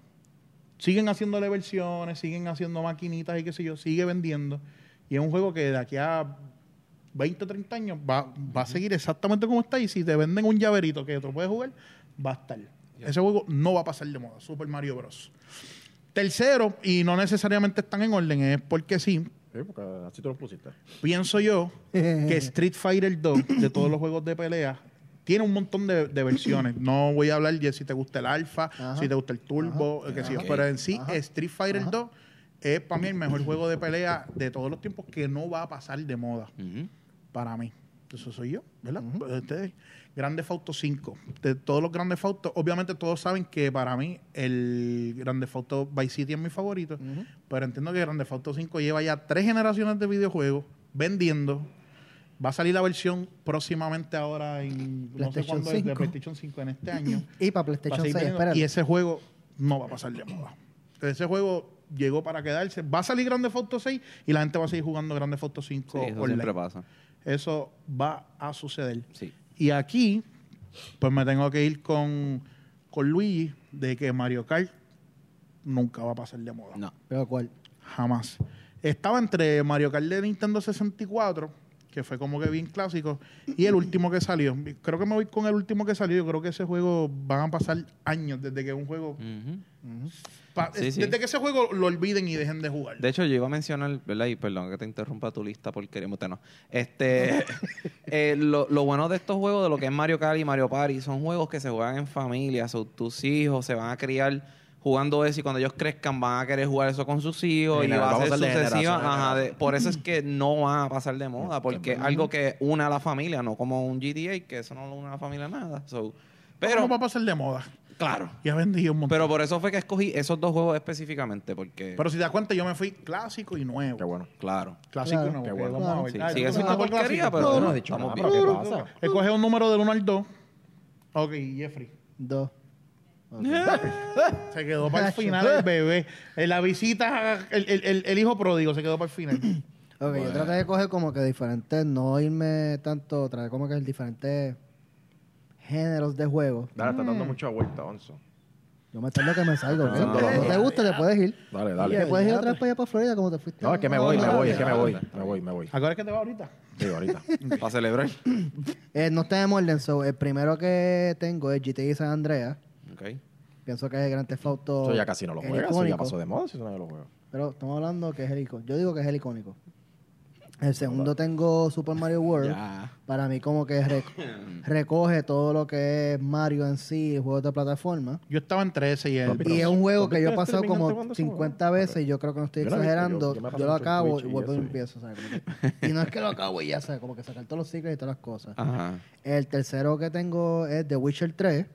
[SPEAKER 1] Siguen haciéndole versiones, siguen haciendo maquinitas y qué sé yo, sigue vendiendo. Y es un juego que de aquí a 20 o 30 años va, va a seguir exactamente como está y si te venden un llaverito que tú puedes jugar, va a estar. Ese juego no va a pasar de moda, Super Mario Bros. Tercero, y no necesariamente están en orden, es porque sí,
[SPEAKER 2] Sí, porque así tú lo pusiste.
[SPEAKER 1] pienso yo que Street Fighter 2, de todos los juegos de pelea, tiene un montón de, de versiones. No voy a hablar de si te gusta el alfa,
[SPEAKER 4] Ajá.
[SPEAKER 1] si te gusta el turbo, eh, que sí,
[SPEAKER 3] Ok.
[SPEAKER 1] pero en sí,
[SPEAKER 4] Ajá.
[SPEAKER 1] Street Fighter 2 es para mí el mejor juego de pelea de todos los tiempos que no va a pasar de moda
[SPEAKER 3] Ujú.
[SPEAKER 1] para mí. Eso soy yo, ¿verdad? Ustedes. Grande Fauto 5. De todos los Grandes Fautos, obviamente todos saben que para mí el Grande Fauto Vice City es mi favorito, pero entiendo que Grande Fauto 5 lleva ya tres generaciones de videojuegos vendiendo. Va a salir la versión próximamente ahora en no sé
[SPEAKER 4] PlayStation
[SPEAKER 1] cuándo es, de
[SPEAKER 4] 5.
[SPEAKER 1] PlayStation 5 en este año.
[SPEAKER 4] Y
[SPEAKER 1] Va
[SPEAKER 4] para
[SPEAKER 1] a
[SPEAKER 4] PlayStation
[SPEAKER 1] seguir
[SPEAKER 4] 6,
[SPEAKER 1] vendiendo,
[SPEAKER 4] espérate.
[SPEAKER 1] y ese juego no va a pasar de moda. Ese juego llegó para quedarse. Va a salir Grande Fauto 6 y la gente va a seguir jugando Grande Fauto 5
[SPEAKER 3] Sí, eso
[SPEAKER 1] online.
[SPEAKER 3] siempre pasa.
[SPEAKER 1] Eso va a suceder.
[SPEAKER 3] Sí.
[SPEAKER 1] Y aquí, pues me tengo que ir con, con Luigi de que Mario Kart nunca va a pasar de moda.
[SPEAKER 3] No.
[SPEAKER 4] Pero cuál.
[SPEAKER 1] Jamás. Estaba entre Mario Kart de Nintendo 64, que fue como que bien clásico, y el último que salió. Creo que me voy con el último que salió. Yo creo que ese juego van a pasar años desde que un juego.
[SPEAKER 3] Ujú.
[SPEAKER 1] pa-
[SPEAKER 3] Sí, sí.
[SPEAKER 1] Desde que ese juego lo olviden y dejen de jugar.
[SPEAKER 3] De hecho, yo iba a mencionar, ¿verdad? Y perdón que te interrumpa tu lista porque no. Este, eh, lo, lo bueno de estos juegos, de lo que es Mario Kart y Mario Party, son juegos que se juegan en familia. so, tus hijos se van a criar jugando eso y cuando ellos crezcan van a querer jugar eso con sus hijos y
[SPEAKER 2] Genera-
[SPEAKER 3] va a
[SPEAKER 2] vamos
[SPEAKER 3] ser
[SPEAKER 2] a hacer de
[SPEAKER 3] sucesiva.
[SPEAKER 2] generación en
[SPEAKER 3] Ajá, de- por eso es que no va a pasar de moda, porque es algo que una a la familia, no como un GTA, que eso no lo une a la familia nada. So,
[SPEAKER 1] no va a
[SPEAKER 3] pero,
[SPEAKER 1] pasar de moda.
[SPEAKER 3] claro.
[SPEAKER 1] Ya vendí un montón.
[SPEAKER 3] Pero
[SPEAKER 1] Pero,
[SPEAKER 3] por eso fue que escogí esos dos juegos específicamente, porque...
[SPEAKER 1] si te das cuenta, yo me fui clásico y nuevo.
[SPEAKER 2] Qué bueno.
[SPEAKER 3] claro.
[SPEAKER 1] Clásico
[SPEAKER 4] Claro.
[SPEAKER 1] no,
[SPEAKER 2] Qué
[SPEAKER 1] que
[SPEAKER 2] bueno.
[SPEAKER 1] vamos a ver.
[SPEAKER 3] Sí,
[SPEAKER 1] Ah,
[SPEAKER 3] sigue
[SPEAKER 1] entonces
[SPEAKER 3] siendo
[SPEAKER 1] no fue
[SPEAKER 3] porquería,
[SPEAKER 1] clásico.
[SPEAKER 3] pero
[SPEAKER 2] No,
[SPEAKER 3] bueno,
[SPEAKER 2] no he dicho
[SPEAKER 3] estamos
[SPEAKER 2] nada, pero
[SPEAKER 3] bien.
[SPEAKER 2] ¿qué pasa?
[SPEAKER 1] Escoge un número del 1 al 2. Ok, Jeffrey.
[SPEAKER 4] Dos.
[SPEAKER 1] Se quedó para el final el bebé. En la visita, el, el- el- el hijo pródigo se quedó para el final.
[SPEAKER 4] Ok, yo traté de coger como que diferentes, no irme tanto, traté como que diferentes géneros de juego.
[SPEAKER 2] Dale, está dando mucha vuelta, Onzo.
[SPEAKER 4] Yo me tardo que me salgo. ¿ok?
[SPEAKER 2] No, no,
[SPEAKER 4] no,
[SPEAKER 2] no.
[SPEAKER 4] te gusta, te puedes ir.
[SPEAKER 2] Ah, Dale,
[SPEAKER 4] Te puedes ir otra vez para allá para Florida como te fuiste. Ah.
[SPEAKER 2] No, es que me voy,
[SPEAKER 4] No,
[SPEAKER 2] me
[SPEAKER 4] no,
[SPEAKER 2] voy,
[SPEAKER 4] no.
[SPEAKER 2] es que me voy. Me voy, me voy.
[SPEAKER 1] Ahora es que te va ahorita.
[SPEAKER 2] Digo, ahorita.
[SPEAKER 3] Para celebrar.
[SPEAKER 4] Eh, no está de orden, so, el primero que tengo es GTA San Andreas.
[SPEAKER 3] Ok.
[SPEAKER 4] Pienso que es el Grand Theft Auto.
[SPEAKER 2] Eso ya casi no lo
[SPEAKER 4] el
[SPEAKER 2] juegas. Eso ya
[SPEAKER 4] icónico.
[SPEAKER 2] pasó de moda si eso no lo juego.
[SPEAKER 4] Pero estamos hablando que es el icónico. Yo digo que es el icónico. El segundo tengo Super Mario World.
[SPEAKER 3] Ya.
[SPEAKER 4] Para mí como que rec- recoge todo lo que es Mario en sí, juegos de plataforma.
[SPEAKER 1] Yo estaba entre ese y él.
[SPEAKER 4] Y es un
[SPEAKER 2] ¿Tú
[SPEAKER 4] juego que yo he
[SPEAKER 2] viste
[SPEAKER 4] pasado
[SPEAKER 2] streaming antes
[SPEAKER 4] como
[SPEAKER 2] cuando se
[SPEAKER 4] 50 veces y yo creo que no estoy
[SPEAKER 2] Yo lo he visto, yo-
[SPEAKER 4] exagerando.
[SPEAKER 2] yo me
[SPEAKER 4] Yo,
[SPEAKER 2] paso
[SPEAKER 4] lo
[SPEAKER 2] mucho en
[SPEAKER 4] acabo
[SPEAKER 2] Twitch
[SPEAKER 4] y
[SPEAKER 2] y
[SPEAKER 4] vuelvo y
[SPEAKER 2] eso, y-
[SPEAKER 4] empiezo. ¿sabes? Como que- Y no es que lo acabo y ya, ¿sabes? Como que sacar todos los secrets y todas las cosas.
[SPEAKER 2] Ah.
[SPEAKER 3] Ajá.
[SPEAKER 4] El tercero que tengo es The Witcher 3.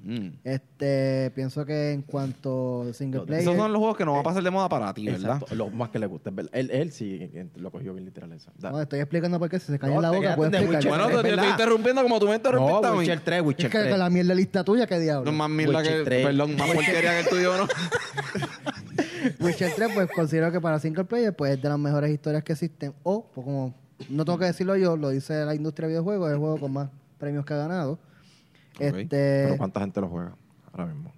[SPEAKER 3] Mm.
[SPEAKER 4] Este, pienso que en cuanto al single player...
[SPEAKER 3] Esos son los juegos que no va a pasar de moda para ti, ¿verdad?
[SPEAKER 2] Exacto, lo más que le gusta. es verdad. Él, él sí eh, lo cogió bien literal eso. Dale.
[SPEAKER 4] No, estoy explicando por qué. Si se calla
[SPEAKER 2] No,
[SPEAKER 4] la
[SPEAKER 2] te
[SPEAKER 4] boca,
[SPEAKER 2] quedaste
[SPEAKER 4] puedo
[SPEAKER 2] en The
[SPEAKER 4] explicar.
[SPEAKER 2] Witcher
[SPEAKER 3] Bueno, te
[SPEAKER 2] es
[SPEAKER 3] te estoy
[SPEAKER 2] verdad.
[SPEAKER 3] interrumpiendo como tú me interrumpiste
[SPEAKER 2] No,
[SPEAKER 3] a mí.
[SPEAKER 2] Witcher 3,
[SPEAKER 4] Es
[SPEAKER 2] Witcher
[SPEAKER 4] que, que
[SPEAKER 2] 3.
[SPEAKER 4] la mierda lista tuya, ¿qué
[SPEAKER 3] No,
[SPEAKER 4] diablo?
[SPEAKER 3] más mierda que...
[SPEAKER 2] Witcher tres.
[SPEAKER 3] Perdón, más porquería que el tuyo, ¿no?
[SPEAKER 4] Witcher 3, pues considero que para single player, pues es de las mejores historias que existen. O, pues, como no tengo que decirlo yo, lo dice la industria de videojuegos, es el juego con más premios que ha ganado.
[SPEAKER 3] Ok.
[SPEAKER 4] Este,
[SPEAKER 2] Pero ¿cuánta gente lo juega ahora mismo? Eh.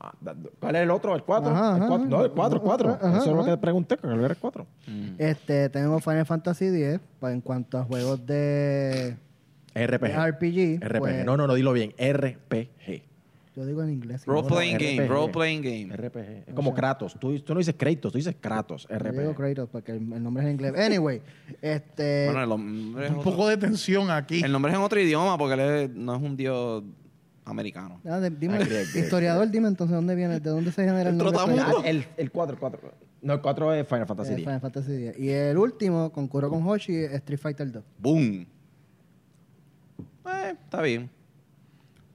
[SPEAKER 2] Ah, da- ¿Cuál es el otro? ¿El 4?
[SPEAKER 4] Ajá,
[SPEAKER 2] el
[SPEAKER 4] ajá,
[SPEAKER 2] cuatro- No, el 4,
[SPEAKER 4] ajá,
[SPEAKER 2] 4.
[SPEAKER 4] ajá,
[SPEAKER 2] Eso es lo
[SPEAKER 4] ajá.
[SPEAKER 2] que pregunté, que era el 4.
[SPEAKER 4] este, tenemos Final Fantasy X, pues, en cuanto a juegos de
[SPEAKER 2] RPG.
[SPEAKER 4] RPG,
[SPEAKER 2] RPG.
[SPEAKER 4] pues-
[SPEAKER 2] No, no, no, dilo bien. RPG.
[SPEAKER 4] yo digo en inglés. si
[SPEAKER 3] Role
[SPEAKER 4] no,
[SPEAKER 3] playing game,
[SPEAKER 2] RPG.
[SPEAKER 3] role playing game.
[SPEAKER 2] RPG. Es como Kratos. Tú, tú no dices Kratos, tú dices Kratos.
[SPEAKER 4] yo digo
[SPEAKER 2] RPG.
[SPEAKER 4] Kratos porque el, el nombre es en inglés. Anyway, este
[SPEAKER 3] Bueno, el nombre, es
[SPEAKER 1] Un
[SPEAKER 3] otro,
[SPEAKER 1] poco de tensión aquí.
[SPEAKER 3] el nombre es en otro idioma porque él es- no es un dios americano.
[SPEAKER 4] Ah, de- dime,
[SPEAKER 2] Ay, qué- qué-
[SPEAKER 4] historiador, dime entonces dónde viene, de dónde se genera el nombre.
[SPEAKER 3] Trotamundo.
[SPEAKER 4] Final
[SPEAKER 2] Ah, el, el 4, el 4. No, el 4 es Final Fantasy X.
[SPEAKER 4] Eh, Final Fantasy X. Y el último, concurrió con Hoshi, es Street Fighter 2.
[SPEAKER 3] ¡Boom! Eh, está bien.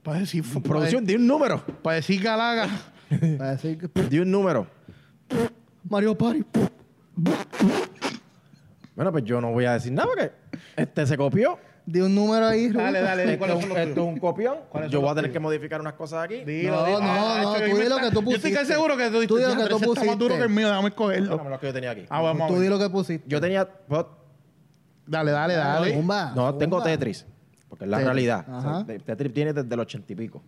[SPEAKER 1] Para decir,
[SPEAKER 2] Producción, di un número.
[SPEAKER 1] para, decir Galaga.
[SPEAKER 4] Para decir que
[SPEAKER 2] Di un número.
[SPEAKER 4] Mario Party.
[SPEAKER 2] Bueno, pues yo no voy a decir nada porque este se copió.
[SPEAKER 4] De un número ahí, Rubén.
[SPEAKER 1] Dale, dale, di cuáles son los
[SPEAKER 2] Esto es
[SPEAKER 1] tuyos.
[SPEAKER 2] un copión.
[SPEAKER 1] ¿Cuáles son
[SPEAKER 2] Yo voy
[SPEAKER 1] los
[SPEAKER 2] a tener
[SPEAKER 1] tuyos?
[SPEAKER 2] que modificar unas cosas aquí.
[SPEAKER 1] Dilo,
[SPEAKER 4] No,
[SPEAKER 1] dilo.
[SPEAKER 4] no,
[SPEAKER 1] Ah,
[SPEAKER 4] no,
[SPEAKER 1] hecho,
[SPEAKER 4] tú
[SPEAKER 1] me
[SPEAKER 4] di lo
[SPEAKER 1] está-
[SPEAKER 4] que tú
[SPEAKER 1] Yo estoy
[SPEAKER 4] pusiste.
[SPEAKER 1] casi seguro que tú dijiste.
[SPEAKER 4] Tú di lo que
[SPEAKER 1] "Diantre,
[SPEAKER 4] tú
[SPEAKER 1] ese está más duro
[SPEAKER 4] pusiste".
[SPEAKER 1] que el mío, déjame cogerlo.
[SPEAKER 2] Déjame los que yo tenía aquí.
[SPEAKER 1] Ah, vamos a
[SPEAKER 4] Tú di
[SPEAKER 1] ver.
[SPEAKER 4] lo que pusiste.
[SPEAKER 2] Yo tenía. ¿puedo?
[SPEAKER 1] Dale, dale, dale.
[SPEAKER 4] Zumba,
[SPEAKER 2] No,
[SPEAKER 4] zumba.
[SPEAKER 2] tengo Tetris. Porque es la
[SPEAKER 4] Tetris,
[SPEAKER 2] realidad.
[SPEAKER 4] ajá.
[SPEAKER 2] O sea, Tetris tiene desde el ochenta y pico.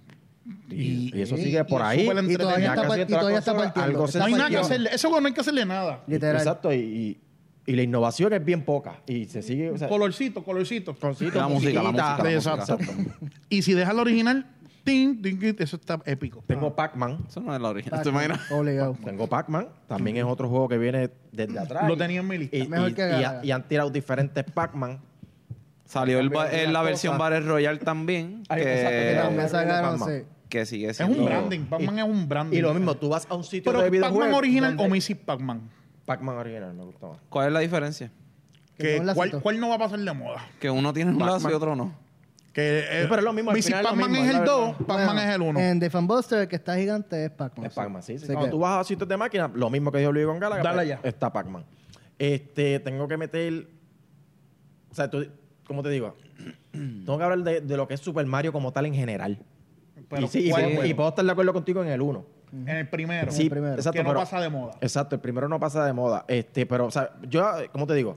[SPEAKER 2] Y,
[SPEAKER 1] Y-
[SPEAKER 2] y eso
[SPEAKER 4] y-
[SPEAKER 2] sigue por
[SPEAKER 1] y es
[SPEAKER 2] ahí.
[SPEAKER 1] súper
[SPEAKER 4] Y todavía
[SPEAKER 2] Ya
[SPEAKER 4] está,
[SPEAKER 2] casi
[SPEAKER 4] par- y
[SPEAKER 2] en todas
[SPEAKER 4] todavía
[SPEAKER 2] las
[SPEAKER 4] está
[SPEAKER 2] consolas,
[SPEAKER 4] partiendo.
[SPEAKER 2] algo
[SPEAKER 4] está
[SPEAKER 1] No hay nada que
[SPEAKER 4] partiendo.
[SPEAKER 1] hacerle. Eso no hay que hacerle nada.
[SPEAKER 4] Literal.
[SPEAKER 2] Exacto, y, y, y la innovación es bien poca. Y se sigue. O sea,
[SPEAKER 1] Colorcito, colorcito.
[SPEAKER 2] Colorcito,
[SPEAKER 3] La música, la
[SPEAKER 2] musiquita.
[SPEAKER 3] música, la música.
[SPEAKER 1] Exacto.
[SPEAKER 3] Exacto.
[SPEAKER 1] Y si dejas la original, tin, tin, tin, eso está épico.
[SPEAKER 2] Tengo Pac-Man.
[SPEAKER 3] Eso no es la origen.
[SPEAKER 4] Está
[SPEAKER 3] ¿Te imaginas?
[SPEAKER 4] Obligado.
[SPEAKER 2] Tengo Pac-Man. También es otro juego que viene desde atrás.
[SPEAKER 1] Lo tenía en mi lista.
[SPEAKER 2] Y,
[SPEAKER 4] Mejor
[SPEAKER 2] y-
[SPEAKER 4] que
[SPEAKER 2] y
[SPEAKER 4] Gaga.
[SPEAKER 2] ha- y han tirado diferentes Pac-Man.
[SPEAKER 3] Salió el, ba-
[SPEAKER 2] También
[SPEAKER 3] el- la
[SPEAKER 2] una
[SPEAKER 3] versión
[SPEAKER 2] cosa.
[SPEAKER 3] Battle Royale también.
[SPEAKER 2] Ay,
[SPEAKER 3] que,
[SPEAKER 2] exacto, que
[SPEAKER 4] Pero
[SPEAKER 2] era-
[SPEAKER 4] me sacaron, sí.
[SPEAKER 3] que sigue
[SPEAKER 1] Es
[SPEAKER 3] siendo.
[SPEAKER 1] un branding. Pac-Man es un branding.
[SPEAKER 2] Y lo mismo, tú vas a un sitio
[SPEAKER 1] Pero
[SPEAKER 2] de videojuegos.
[SPEAKER 1] Pac-Man original
[SPEAKER 2] donde-
[SPEAKER 1] o Mrs. Pac-Man.
[SPEAKER 2] Pac-Man original, me gusta
[SPEAKER 4] Ah,
[SPEAKER 2] más.
[SPEAKER 3] ¿Cuál es la diferencia?
[SPEAKER 4] Que
[SPEAKER 1] Que
[SPEAKER 4] son las
[SPEAKER 1] ¿cuál,
[SPEAKER 4] citas.
[SPEAKER 1] cuál no va a pasar de moda?
[SPEAKER 3] Que uno tiene un lazo y otro no.
[SPEAKER 1] Que, eh,
[SPEAKER 2] pero es lo mismo, al
[SPEAKER 1] Mrs.
[SPEAKER 2] final es lo
[SPEAKER 1] Pac-Man
[SPEAKER 2] mismo,
[SPEAKER 1] es
[SPEAKER 2] es
[SPEAKER 1] el
[SPEAKER 2] la
[SPEAKER 1] 2,
[SPEAKER 2] verdad.
[SPEAKER 1] Pac-Man
[SPEAKER 4] Bueno,
[SPEAKER 1] es el 1.
[SPEAKER 4] En The Fan Buster, el que está gigante es Pac-Man.
[SPEAKER 2] Es Pac-Man, sí. sí.
[SPEAKER 4] Así
[SPEAKER 2] Cuando
[SPEAKER 4] que-
[SPEAKER 2] tú vas a sitios de máquina, lo mismo que dijo Luis con Galaga,
[SPEAKER 1] Dale
[SPEAKER 2] pues,
[SPEAKER 1] ya.
[SPEAKER 2] está Pac-Man. Este, tengo que meter... O sea, tú, ¿cómo te digo? Tengo que hablar de, de lo que es Super Mario como tal en general.
[SPEAKER 1] Pero
[SPEAKER 2] y, sí, y
[SPEAKER 1] ¿cuál
[SPEAKER 2] puedo-
[SPEAKER 1] juego?
[SPEAKER 2] y puedo estar de acuerdo contigo en el 1.
[SPEAKER 1] En el primero.
[SPEAKER 2] Sí,
[SPEAKER 4] primero.
[SPEAKER 2] exacto.
[SPEAKER 1] que no
[SPEAKER 2] pero- este,
[SPEAKER 1] pasa de moda.
[SPEAKER 2] Exacto, el primero no pasa de moda. Este, pero, o sea, yo, eh, ¿cómo te digo?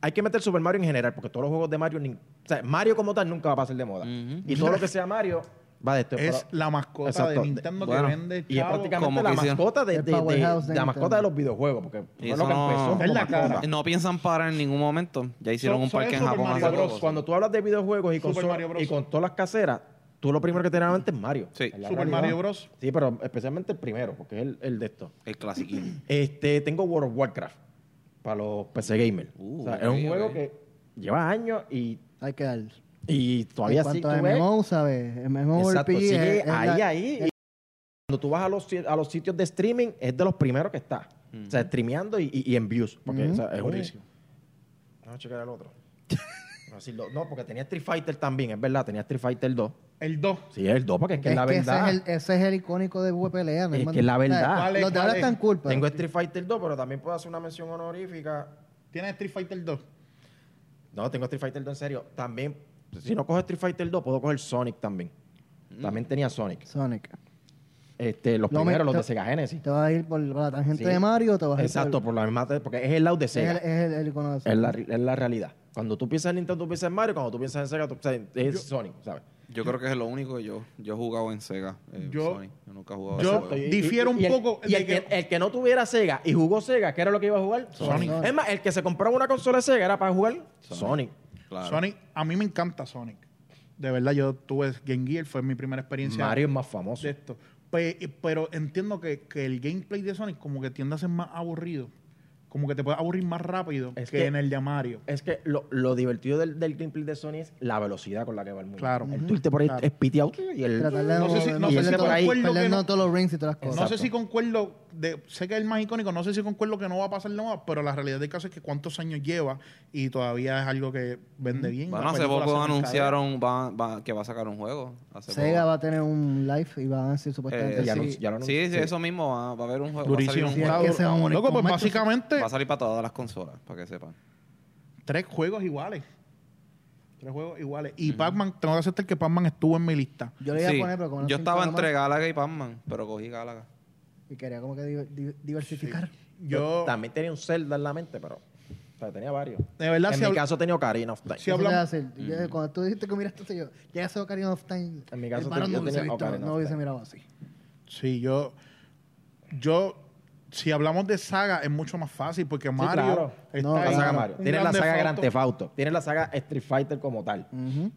[SPEAKER 2] Hay que meter Super Mario en general, porque todos los juegos de Mario, nin- o sea, Mario como tal nunca va a pasar de moda.
[SPEAKER 3] Ujú.
[SPEAKER 2] Y todo lo que sea Mario va de esto.
[SPEAKER 1] Es
[SPEAKER 2] pero-
[SPEAKER 1] la mascota
[SPEAKER 2] Exacto.
[SPEAKER 1] de Nintendo
[SPEAKER 3] Bueno,
[SPEAKER 1] que vende.
[SPEAKER 2] y es
[SPEAKER 1] chavo.
[SPEAKER 2] prácticamente
[SPEAKER 3] como
[SPEAKER 2] la
[SPEAKER 3] que hicieron-
[SPEAKER 2] mascota de,
[SPEAKER 4] El
[SPEAKER 2] de- de-
[SPEAKER 4] powerhouse de
[SPEAKER 2] la
[SPEAKER 4] Nintendo.
[SPEAKER 2] mascota de los videojuegos, porque
[SPEAKER 3] Y
[SPEAKER 2] fue lo que
[SPEAKER 3] eso
[SPEAKER 2] empezó.
[SPEAKER 3] no-
[SPEAKER 2] como
[SPEAKER 1] Es la
[SPEAKER 2] mascota.
[SPEAKER 1] cara.
[SPEAKER 3] No piensan parar en ningún momento. Ya hicieron
[SPEAKER 1] So-
[SPEAKER 3] un
[SPEAKER 1] so
[SPEAKER 3] parque
[SPEAKER 1] es
[SPEAKER 3] en
[SPEAKER 1] Super
[SPEAKER 3] Japón
[SPEAKER 1] Mario
[SPEAKER 3] hace
[SPEAKER 1] Bros.
[SPEAKER 3] poco.
[SPEAKER 2] Cuando tú hablas de videojuegos y,
[SPEAKER 1] Super
[SPEAKER 2] consolas-
[SPEAKER 1] Mario Bros.
[SPEAKER 2] y con todas las caseras, tú lo primero que te viene a la mente es Mario.
[SPEAKER 3] Sí.
[SPEAKER 2] En la
[SPEAKER 1] Super
[SPEAKER 2] realidad.
[SPEAKER 1] Mario Bros.
[SPEAKER 2] Sí, pero especialmente el primero, porque es el, el de esto.
[SPEAKER 3] El clasiquín.
[SPEAKER 2] Este, tengo World of Warcraft para los PC gamers.
[SPEAKER 3] Uh,
[SPEAKER 2] O sea,
[SPEAKER 3] ok,
[SPEAKER 2] es un juego
[SPEAKER 3] ok.
[SPEAKER 2] que lleva años y,
[SPEAKER 4] Hay que dar.
[SPEAKER 2] y todavía
[SPEAKER 4] En
[SPEAKER 2] sí
[SPEAKER 4] cuanto
[SPEAKER 2] tú
[SPEAKER 4] a
[SPEAKER 2] ves-
[SPEAKER 4] MMO, ¿sabes? MMO
[SPEAKER 2] Exacto,
[SPEAKER 4] RPG
[SPEAKER 2] sigue
[SPEAKER 4] es- es la-
[SPEAKER 2] ahí, ahí. Y cuando tú vas a los, si- a los sitios de streaming, es de los primeros que está. O sea, streameando y, y- y en views. Porque
[SPEAKER 4] Ujú.
[SPEAKER 2] o sea, es
[SPEAKER 1] Buenísimo.
[SPEAKER 2] buenísimo. Vamos a checar el otro. Vamos a decirlo. No, porque tenía Street Fighter también, es verdad. Tenía Street Fighter 2.
[SPEAKER 1] El 2.
[SPEAKER 2] Sí, es el 2, porque es que es
[SPEAKER 4] es
[SPEAKER 2] la
[SPEAKER 4] que ese
[SPEAKER 2] verdad.
[SPEAKER 4] es, el, ese es el icónico de WPLA. no
[SPEAKER 2] Es
[SPEAKER 4] más-
[SPEAKER 2] que es la
[SPEAKER 4] o sea,
[SPEAKER 2] verdad.
[SPEAKER 1] ¿Cuál es?
[SPEAKER 4] Los de ahora
[SPEAKER 1] ¿Cuál es?
[SPEAKER 4] están cool, pero
[SPEAKER 2] Tengo Street Fighter 2, pero también puedo hacer una mención honorífica.
[SPEAKER 1] Tiene Street Fighter 2.
[SPEAKER 2] No, tengo Street Fighter 2 en serio. También, si no cojo Street Fighter 2, puedo coger Sonic también.
[SPEAKER 1] Mm.
[SPEAKER 2] También tenía Sonic.
[SPEAKER 4] Sonic.
[SPEAKER 2] Este, los
[SPEAKER 4] Lo
[SPEAKER 2] primeros,
[SPEAKER 4] me-
[SPEAKER 2] los de Sega Genesis.
[SPEAKER 4] ¿Te vas a ir por la tangente
[SPEAKER 2] Sí.
[SPEAKER 4] de Mario o te vas a ir
[SPEAKER 2] Exacto, por la misma, porque es el lado de
[SPEAKER 4] por... Es
[SPEAKER 2] Sega.
[SPEAKER 4] el, es el, el icono de
[SPEAKER 2] Es
[SPEAKER 4] Sonic.
[SPEAKER 2] la, es la realidad. Cuando tú piensas en Nintendo, tú piensas en Mario. Cuando tú piensas en Sega, tú piensas en es Sonic, ¿sabes?
[SPEAKER 3] Yo creo que es lo único que yo, yo he jugado en Sega. eh,
[SPEAKER 1] Yo-
[SPEAKER 3] Sony. yo nunca he jugado
[SPEAKER 1] yo-
[SPEAKER 3] ese
[SPEAKER 2] Exacto,
[SPEAKER 3] juego.
[SPEAKER 1] difiero un
[SPEAKER 2] el-
[SPEAKER 1] poco
[SPEAKER 2] Y
[SPEAKER 1] de
[SPEAKER 2] el que,
[SPEAKER 1] que-
[SPEAKER 2] el que no tuviera Sega y jugó Sega, ¿qué era lo que iba a jugar?
[SPEAKER 1] Sonic.
[SPEAKER 2] Es más, el que se compraba una consola de Sega era para jugar Sonic.
[SPEAKER 3] Claro.
[SPEAKER 1] Sonic, a mí me encanta Sonic. De verdad, yo tuve Game Gear, fue mi primera experiencia
[SPEAKER 2] Mario es más famoso.
[SPEAKER 1] de esto. Pe- pero entiendo que, que el gameplay de Sonic como que tiende a ser más aburrido. Como que te puedes aburrir más rápido
[SPEAKER 2] Es
[SPEAKER 1] que,
[SPEAKER 2] que-
[SPEAKER 1] en el de Mario.
[SPEAKER 2] Es que lo, lo divertido del, del gameplay de Sony es la velocidad con la que va el mundo.
[SPEAKER 1] Claro.
[SPEAKER 2] El tuite por ahí
[SPEAKER 1] Claro.
[SPEAKER 2] es piteado y el...
[SPEAKER 4] Tratar de
[SPEAKER 1] No sé si- no
[SPEAKER 2] sé si
[SPEAKER 4] perder
[SPEAKER 2] por
[SPEAKER 4] todo-
[SPEAKER 2] ahí-
[SPEAKER 4] perder
[SPEAKER 1] que no-
[SPEAKER 4] no todos los rings y todas las
[SPEAKER 1] No
[SPEAKER 4] cosas.
[SPEAKER 1] sé
[SPEAKER 2] Exacto.
[SPEAKER 1] si concuerdo, de, sé que es el más icónico, no sé si concuerdo que no va a pasar nada, pero la realidad del caso es que cuántos años lleva y todavía es algo que vende bien.
[SPEAKER 3] Bueno,
[SPEAKER 1] La
[SPEAKER 3] hace
[SPEAKER 1] película
[SPEAKER 3] poco
[SPEAKER 1] se mercadea.
[SPEAKER 3] anunciaron va- va- que va a sacar un juego. Hace
[SPEAKER 4] Sega
[SPEAKER 3] poco.
[SPEAKER 4] va a tener un live y van a decir supuestamente...
[SPEAKER 3] Eh,
[SPEAKER 2] Ya
[SPEAKER 4] sí.
[SPEAKER 2] lo- ya lo
[SPEAKER 3] Sí, sí,
[SPEAKER 2] anuncié.
[SPEAKER 3] eso mismo. Va, va a haber un juego.
[SPEAKER 1] Durísimo.
[SPEAKER 3] Va a,
[SPEAKER 4] Sí,
[SPEAKER 3] salir un
[SPEAKER 4] es
[SPEAKER 1] Está
[SPEAKER 4] que
[SPEAKER 1] duro.
[SPEAKER 4] se va a morir
[SPEAKER 1] Loco,
[SPEAKER 4] con
[SPEAKER 1] pues
[SPEAKER 4] Microsoft.
[SPEAKER 1] básicamente
[SPEAKER 3] juego. Va a salir para todas las consolas, para que sepan.
[SPEAKER 1] tres juegos iguales. Tres juegos iguales. Y Pac-Man, tengo que aceptar que Pac-Man estuvo en mi lista.
[SPEAKER 4] Yo le iba
[SPEAKER 3] Sí,
[SPEAKER 4] a poner, pero como no
[SPEAKER 3] yo
[SPEAKER 4] sé
[SPEAKER 3] estaba
[SPEAKER 4] cómo más,
[SPEAKER 3] entre Galaga y Pac-Man, pero cogí Galaga.
[SPEAKER 4] Y quería como que diver- di- diversificar.
[SPEAKER 1] Yo,
[SPEAKER 2] También tenía un Zelda en la mente, pero... O sea, tenía varios.
[SPEAKER 1] de verdad,
[SPEAKER 2] en
[SPEAKER 1] si
[SPEAKER 2] mi
[SPEAKER 1] habl-
[SPEAKER 2] caso tenía Ocarina of Time.
[SPEAKER 1] Sí,
[SPEAKER 4] Eso te iba a
[SPEAKER 1] hablamos-
[SPEAKER 4] decir. Yo- Cuando tú dijiste que miraste esto, yo, ya ese Ocarina of Time.
[SPEAKER 2] Mm. En mi caso,
[SPEAKER 4] el varón
[SPEAKER 2] yo
[SPEAKER 4] no hubiese
[SPEAKER 2] tenía
[SPEAKER 4] visto,
[SPEAKER 2] Ocarina
[SPEAKER 4] no
[SPEAKER 2] of
[SPEAKER 4] hubiese
[SPEAKER 2] Time.
[SPEAKER 4] mirado así.
[SPEAKER 1] Sí, yo. Yo. Si hablamos de saga, es mucho más fácil porque Mario.
[SPEAKER 2] claro.
[SPEAKER 1] está
[SPEAKER 4] No,
[SPEAKER 2] la
[SPEAKER 1] ahí.
[SPEAKER 2] saga
[SPEAKER 4] claro.
[SPEAKER 2] Mario.
[SPEAKER 1] Un
[SPEAKER 2] Tienes la
[SPEAKER 1] Grand
[SPEAKER 2] saga
[SPEAKER 1] Theft
[SPEAKER 2] Grand
[SPEAKER 1] Auto,
[SPEAKER 2] Theft Auto. Tienes la saga Street Fighter como tal.
[SPEAKER 4] Ujú.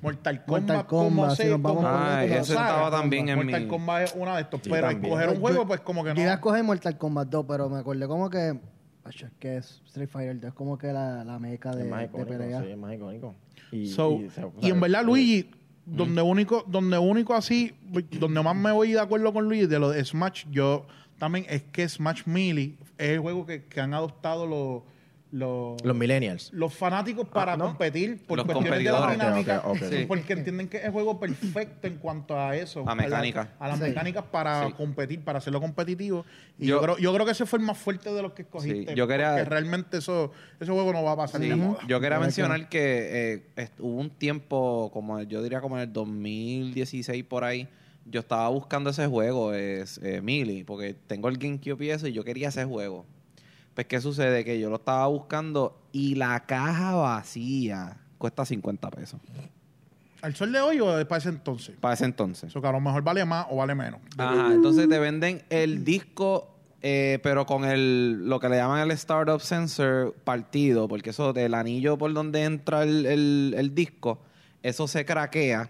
[SPEAKER 1] Mortal Kombat.
[SPEAKER 4] Mortal
[SPEAKER 1] como
[SPEAKER 4] Kombat,
[SPEAKER 1] se-
[SPEAKER 4] si nos vamos
[SPEAKER 1] como-
[SPEAKER 4] por
[SPEAKER 1] como
[SPEAKER 3] Ah,
[SPEAKER 4] esa
[SPEAKER 3] ese
[SPEAKER 1] saga.
[SPEAKER 3] estaba también en
[SPEAKER 1] Mortal
[SPEAKER 3] mi...
[SPEAKER 1] Komba es una de estos.
[SPEAKER 2] Sí,
[SPEAKER 1] pero
[SPEAKER 2] también.
[SPEAKER 1] escoger un
[SPEAKER 4] Yo-
[SPEAKER 1] juego, pues como que no.
[SPEAKER 4] Yo iba a escoger Mortal Kombat 2, pero me acordé como que. Acho, es que es Street Fighter 2 es como que la, la meca de,
[SPEAKER 2] es más
[SPEAKER 4] de
[SPEAKER 2] icónico.
[SPEAKER 4] pelea.
[SPEAKER 2] sí, es más icónico. Y,
[SPEAKER 1] So,
[SPEAKER 2] y- o sea, Eh, mm.
[SPEAKER 1] y en verdad, Luigi, Donde único, donde único así, donde más me voy de acuerdo con Luis de lo de Smash, yo también es que Smash Melee es el juego que, que han adoptado los, los,
[SPEAKER 2] Los millennials.
[SPEAKER 1] los fanáticos para competir por
[SPEAKER 3] Ah, Los
[SPEAKER 1] cuestiones de la
[SPEAKER 3] competidores.
[SPEAKER 1] dinámica,
[SPEAKER 2] Ok, ok, ok.
[SPEAKER 3] Sí.
[SPEAKER 1] porque entienden que es el juego perfecto en cuanto a eso, la-
[SPEAKER 3] A mecánica.
[SPEAKER 1] a las
[SPEAKER 4] Sí.
[SPEAKER 1] mecánicas para
[SPEAKER 3] Sí.
[SPEAKER 1] competir, para hacerlo competitivo. Y yo,
[SPEAKER 3] Yo-
[SPEAKER 1] creo, yo creo que ese fue el más fuerte de los que escogiste.
[SPEAKER 3] yo quería-
[SPEAKER 1] porque realmente eso, ese juego no va a pasar
[SPEAKER 3] Sí,
[SPEAKER 1] de moda.
[SPEAKER 3] yo quería
[SPEAKER 4] Ahora
[SPEAKER 3] mencionar que eh, est- hubo un tiempo, como yo diría como en el 2016 por ahí, yo estaba buscando ese juego, es eh, Mili, porque tengo el GameCube y eso, y yo quería ese juego. Pues, ¿qué sucede? Que yo lo estaba buscando y la caja vacía cuesta 50 pesos.
[SPEAKER 1] ¿Al sol de hoy o de para ese entonces?
[SPEAKER 3] Para ese entonces.
[SPEAKER 1] Eso que a lo mejor vale más o vale menos.
[SPEAKER 3] Ajá, entonces te venden
[SPEAKER 1] Mm.
[SPEAKER 3] el disco, eh, pero con el lo que le llaman el startup sensor partido, porque eso del anillo por donde entra el, el- el disco, eso se craquea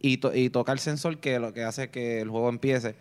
[SPEAKER 3] y, to- y toca el sensor que lo que hace que el juego empiece.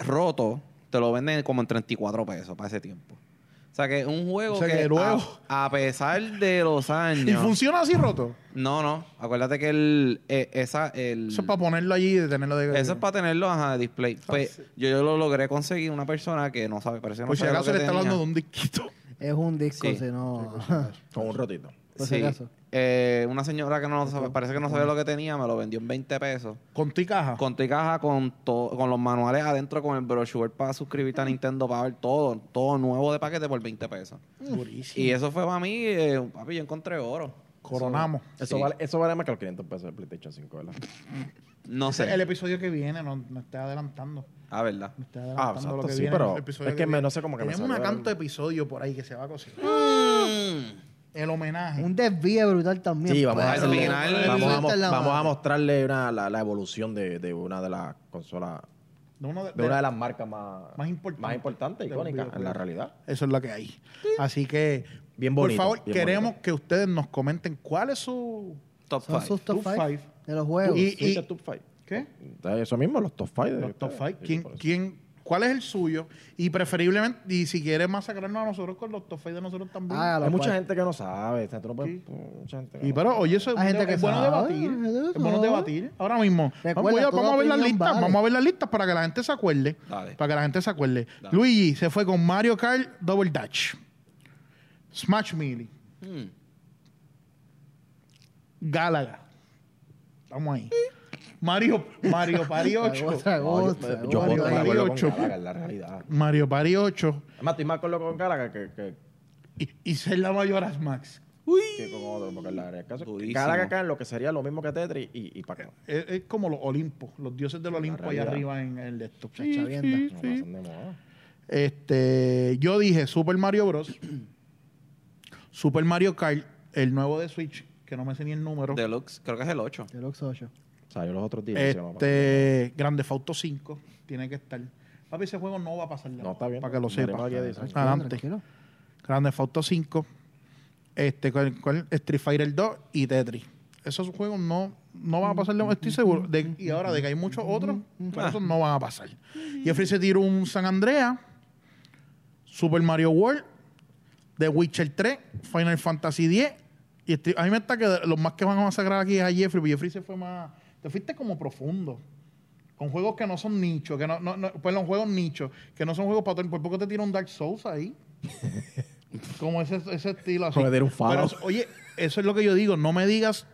[SPEAKER 3] Roto, te lo venden como en 34 pesos para ese tiempo. O sea que es un juego
[SPEAKER 1] O sea,
[SPEAKER 3] que,
[SPEAKER 1] que nuevo.
[SPEAKER 3] A, a pesar de los años...
[SPEAKER 1] ¿Y funciona así roto?
[SPEAKER 3] No, no. Acuérdate que el, eh, esa, el,
[SPEAKER 1] Eso es para ponerlo allí y tenerlo de...
[SPEAKER 3] eso es para tenerlo ajá, de display.
[SPEAKER 1] Ah,
[SPEAKER 3] Pues yo, yo lo logré conseguir una persona que no sabe, parece que no
[SPEAKER 2] Pues
[SPEAKER 1] Por si
[SPEAKER 3] sabe lo
[SPEAKER 1] acaso
[SPEAKER 3] que
[SPEAKER 1] le está
[SPEAKER 3] tenía.
[SPEAKER 1] hablando de un disquito.
[SPEAKER 4] Es un disco,
[SPEAKER 3] Sí.
[SPEAKER 4] si no.
[SPEAKER 2] Con un rotito.
[SPEAKER 4] por si
[SPEAKER 3] Sí.
[SPEAKER 4] acaso.
[SPEAKER 3] Eh, una señora que no sabe, parece que no sabe lo que tenía, me lo vendió en 20 pesos.
[SPEAKER 1] Con ti caja.
[SPEAKER 3] Con tu caja, con todo, con los manuales adentro, con el brochure para suscribirte a Nintendo para ver todo, todo nuevo de paquete por 20 pesos.
[SPEAKER 1] Durísimo.
[SPEAKER 3] Y eso fue para mí, eh, papi, yo encontré oro.
[SPEAKER 1] Coronamos.
[SPEAKER 2] Eso,
[SPEAKER 3] Sí.
[SPEAKER 2] vale, eso vale más que los 500 pesos de PlayStation 5, ¿verdad?
[SPEAKER 3] No sé.
[SPEAKER 1] El episodio que viene, no, me estoy adelantando.
[SPEAKER 3] Ah, verdad.
[SPEAKER 1] Me estoy adelantando
[SPEAKER 2] exacto,
[SPEAKER 1] lo que
[SPEAKER 2] sí,
[SPEAKER 1] viene.
[SPEAKER 2] pero
[SPEAKER 1] el episodio
[SPEAKER 2] es que me-
[SPEAKER 1] viene.
[SPEAKER 2] no sé cómo que me
[SPEAKER 1] Tenemos una
[SPEAKER 2] salió el- Mm.
[SPEAKER 1] canto de episodio por ahí que se va a cocinar. El homenaje.
[SPEAKER 4] Un desvío brutal también.
[SPEAKER 2] Sí, vamos a,
[SPEAKER 3] Pero-
[SPEAKER 2] al final,
[SPEAKER 1] Pero-
[SPEAKER 2] vamos, a mo-
[SPEAKER 4] Suelta la
[SPEAKER 2] vamos a
[SPEAKER 4] mano.
[SPEAKER 2] mostrarle una- la, la evolución de, de una de las consolas,
[SPEAKER 1] De uno de-
[SPEAKER 2] de una de las marcas más,
[SPEAKER 1] Más importante.
[SPEAKER 2] más importantes,
[SPEAKER 1] De los
[SPEAKER 2] icónicas, en la
[SPEAKER 1] videojuegos.
[SPEAKER 2] realidad.
[SPEAKER 1] Eso es lo que hay. Así que,
[SPEAKER 2] Bien
[SPEAKER 1] por
[SPEAKER 2] bonito,
[SPEAKER 1] favor,
[SPEAKER 2] bien
[SPEAKER 1] queremos
[SPEAKER 2] bonito.
[SPEAKER 1] que ustedes nos comenten cuál es su...
[SPEAKER 3] Top
[SPEAKER 4] Son
[SPEAKER 3] 5.
[SPEAKER 4] sus top
[SPEAKER 1] Top
[SPEAKER 4] five
[SPEAKER 1] five.
[SPEAKER 4] de los juegos.
[SPEAKER 1] Y-
[SPEAKER 2] Sí, top five.
[SPEAKER 1] ¿Qué?
[SPEAKER 2] Entonces, Eso mismo, los top 5.
[SPEAKER 1] Los top five. ¿Quién, quién, ¿Cuál es el suyo? Y preferiblemente, y si quiere masacrarnos a nosotros con los top five de nosotros también.
[SPEAKER 4] Hágalo,
[SPEAKER 2] Hay mucha
[SPEAKER 4] pues.
[SPEAKER 2] gente que no sabe. o sea, tú no puedes-
[SPEAKER 1] Sí.
[SPEAKER 2] mucha gente que
[SPEAKER 1] Y
[SPEAKER 2] no
[SPEAKER 1] pero,
[SPEAKER 2] sabe.
[SPEAKER 1] oye, eso es,
[SPEAKER 4] Hay gente
[SPEAKER 1] es
[SPEAKER 4] que
[SPEAKER 1] bueno
[SPEAKER 4] sabe,
[SPEAKER 1] debatir.
[SPEAKER 4] hay gente que
[SPEAKER 1] Es bueno
[SPEAKER 4] sabe.
[SPEAKER 1] debatir. Ahora mismo.
[SPEAKER 4] Recuerda,
[SPEAKER 1] vamos, voy a-
[SPEAKER 4] toda
[SPEAKER 1] vamos a ver las
[SPEAKER 4] opinión
[SPEAKER 1] listas.
[SPEAKER 4] vale.
[SPEAKER 1] Vamos a ver las listas para que la gente se acuerde.
[SPEAKER 3] Dale.
[SPEAKER 1] Para que la gente se acuerde.
[SPEAKER 3] Dale.
[SPEAKER 1] Luigi se fue con Mario Kart Double Dutch. Smash Melee.
[SPEAKER 3] Hmm.
[SPEAKER 1] Galaga. Estamos ahí. Mario, Mario Party 8.
[SPEAKER 4] Otra,
[SPEAKER 2] No, yo-
[SPEAKER 4] otra,
[SPEAKER 2] yo
[SPEAKER 4] otra.
[SPEAKER 2] voto de
[SPEAKER 1] Mario
[SPEAKER 2] acuerdo con
[SPEAKER 1] ocho.
[SPEAKER 2] Galaga, en la realidad.
[SPEAKER 1] Mario Party 8.
[SPEAKER 2] Además, estoy más con loco con Galaga que, que,
[SPEAKER 1] Y, y ser la mayor Max.
[SPEAKER 2] que con otro, porque en la realidad el caso es que
[SPEAKER 3] Durísimo.
[SPEAKER 2] Galaga acá en lo que sería lo mismo que Tetris y, y Pac-Man.
[SPEAKER 1] Es, es como los Olimpos, los dioses del Olimpo allá
[SPEAKER 2] realidad.
[SPEAKER 1] arriba en el esto.
[SPEAKER 4] Chachavienda.
[SPEAKER 1] Sí, sí,
[SPEAKER 2] No
[SPEAKER 1] sí.
[SPEAKER 2] pasan de moda.
[SPEAKER 1] Este, yo dije Super Mario Bros. Super Mario Kart, el nuevo de Switch, que no me sé ni el número.
[SPEAKER 3] Deluxe, creo que es el 8.
[SPEAKER 4] De los ocho.
[SPEAKER 2] O sea, yo los otros días. yo no-
[SPEAKER 1] Este, Grande Fauto 5, tiene que estar. Papi, ese juego no va a pasar de
[SPEAKER 2] No,
[SPEAKER 1] moda,
[SPEAKER 2] está bien.
[SPEAKER 1] Para que lo
[SPEAKER 2] Veremos
[SPEAKER 1] sepa.
[SPEAKER 2] aquí a diez años.
[SPEAKER 1] Adelante.
[SPEAKER 4] Tranquilo.
[SPEAKER 1] Grande Fauto 5, este, ¿cuál- cuál? Street Fighter 2 y Tetris. Esos juegos no, no van a pasar de moda, estoy seguro. De- y ahora, de que hay muchos otros, pero esos no van a pasar. Jeffrey se tiró un San Andrea, Super Mario World, The Witcher 3, Final Fantasy 10. Y estoy- a mí me está que los más que van a masacrar aquí es a Jeffrey, porque Jeffrey se fue más. Te fuiste como profundo. Con juegos que no son nichos, que no, no, no perdón, juegos nichos, que no son juegos para todo. ¿Por poco te tira un Dark Souls ahí? como ese, ese estilo así.
[SPEAKER 2] Joder, un Fallout.
[SPEAKER 1] Pero, oye, eso es lo que yo digo. No me digas.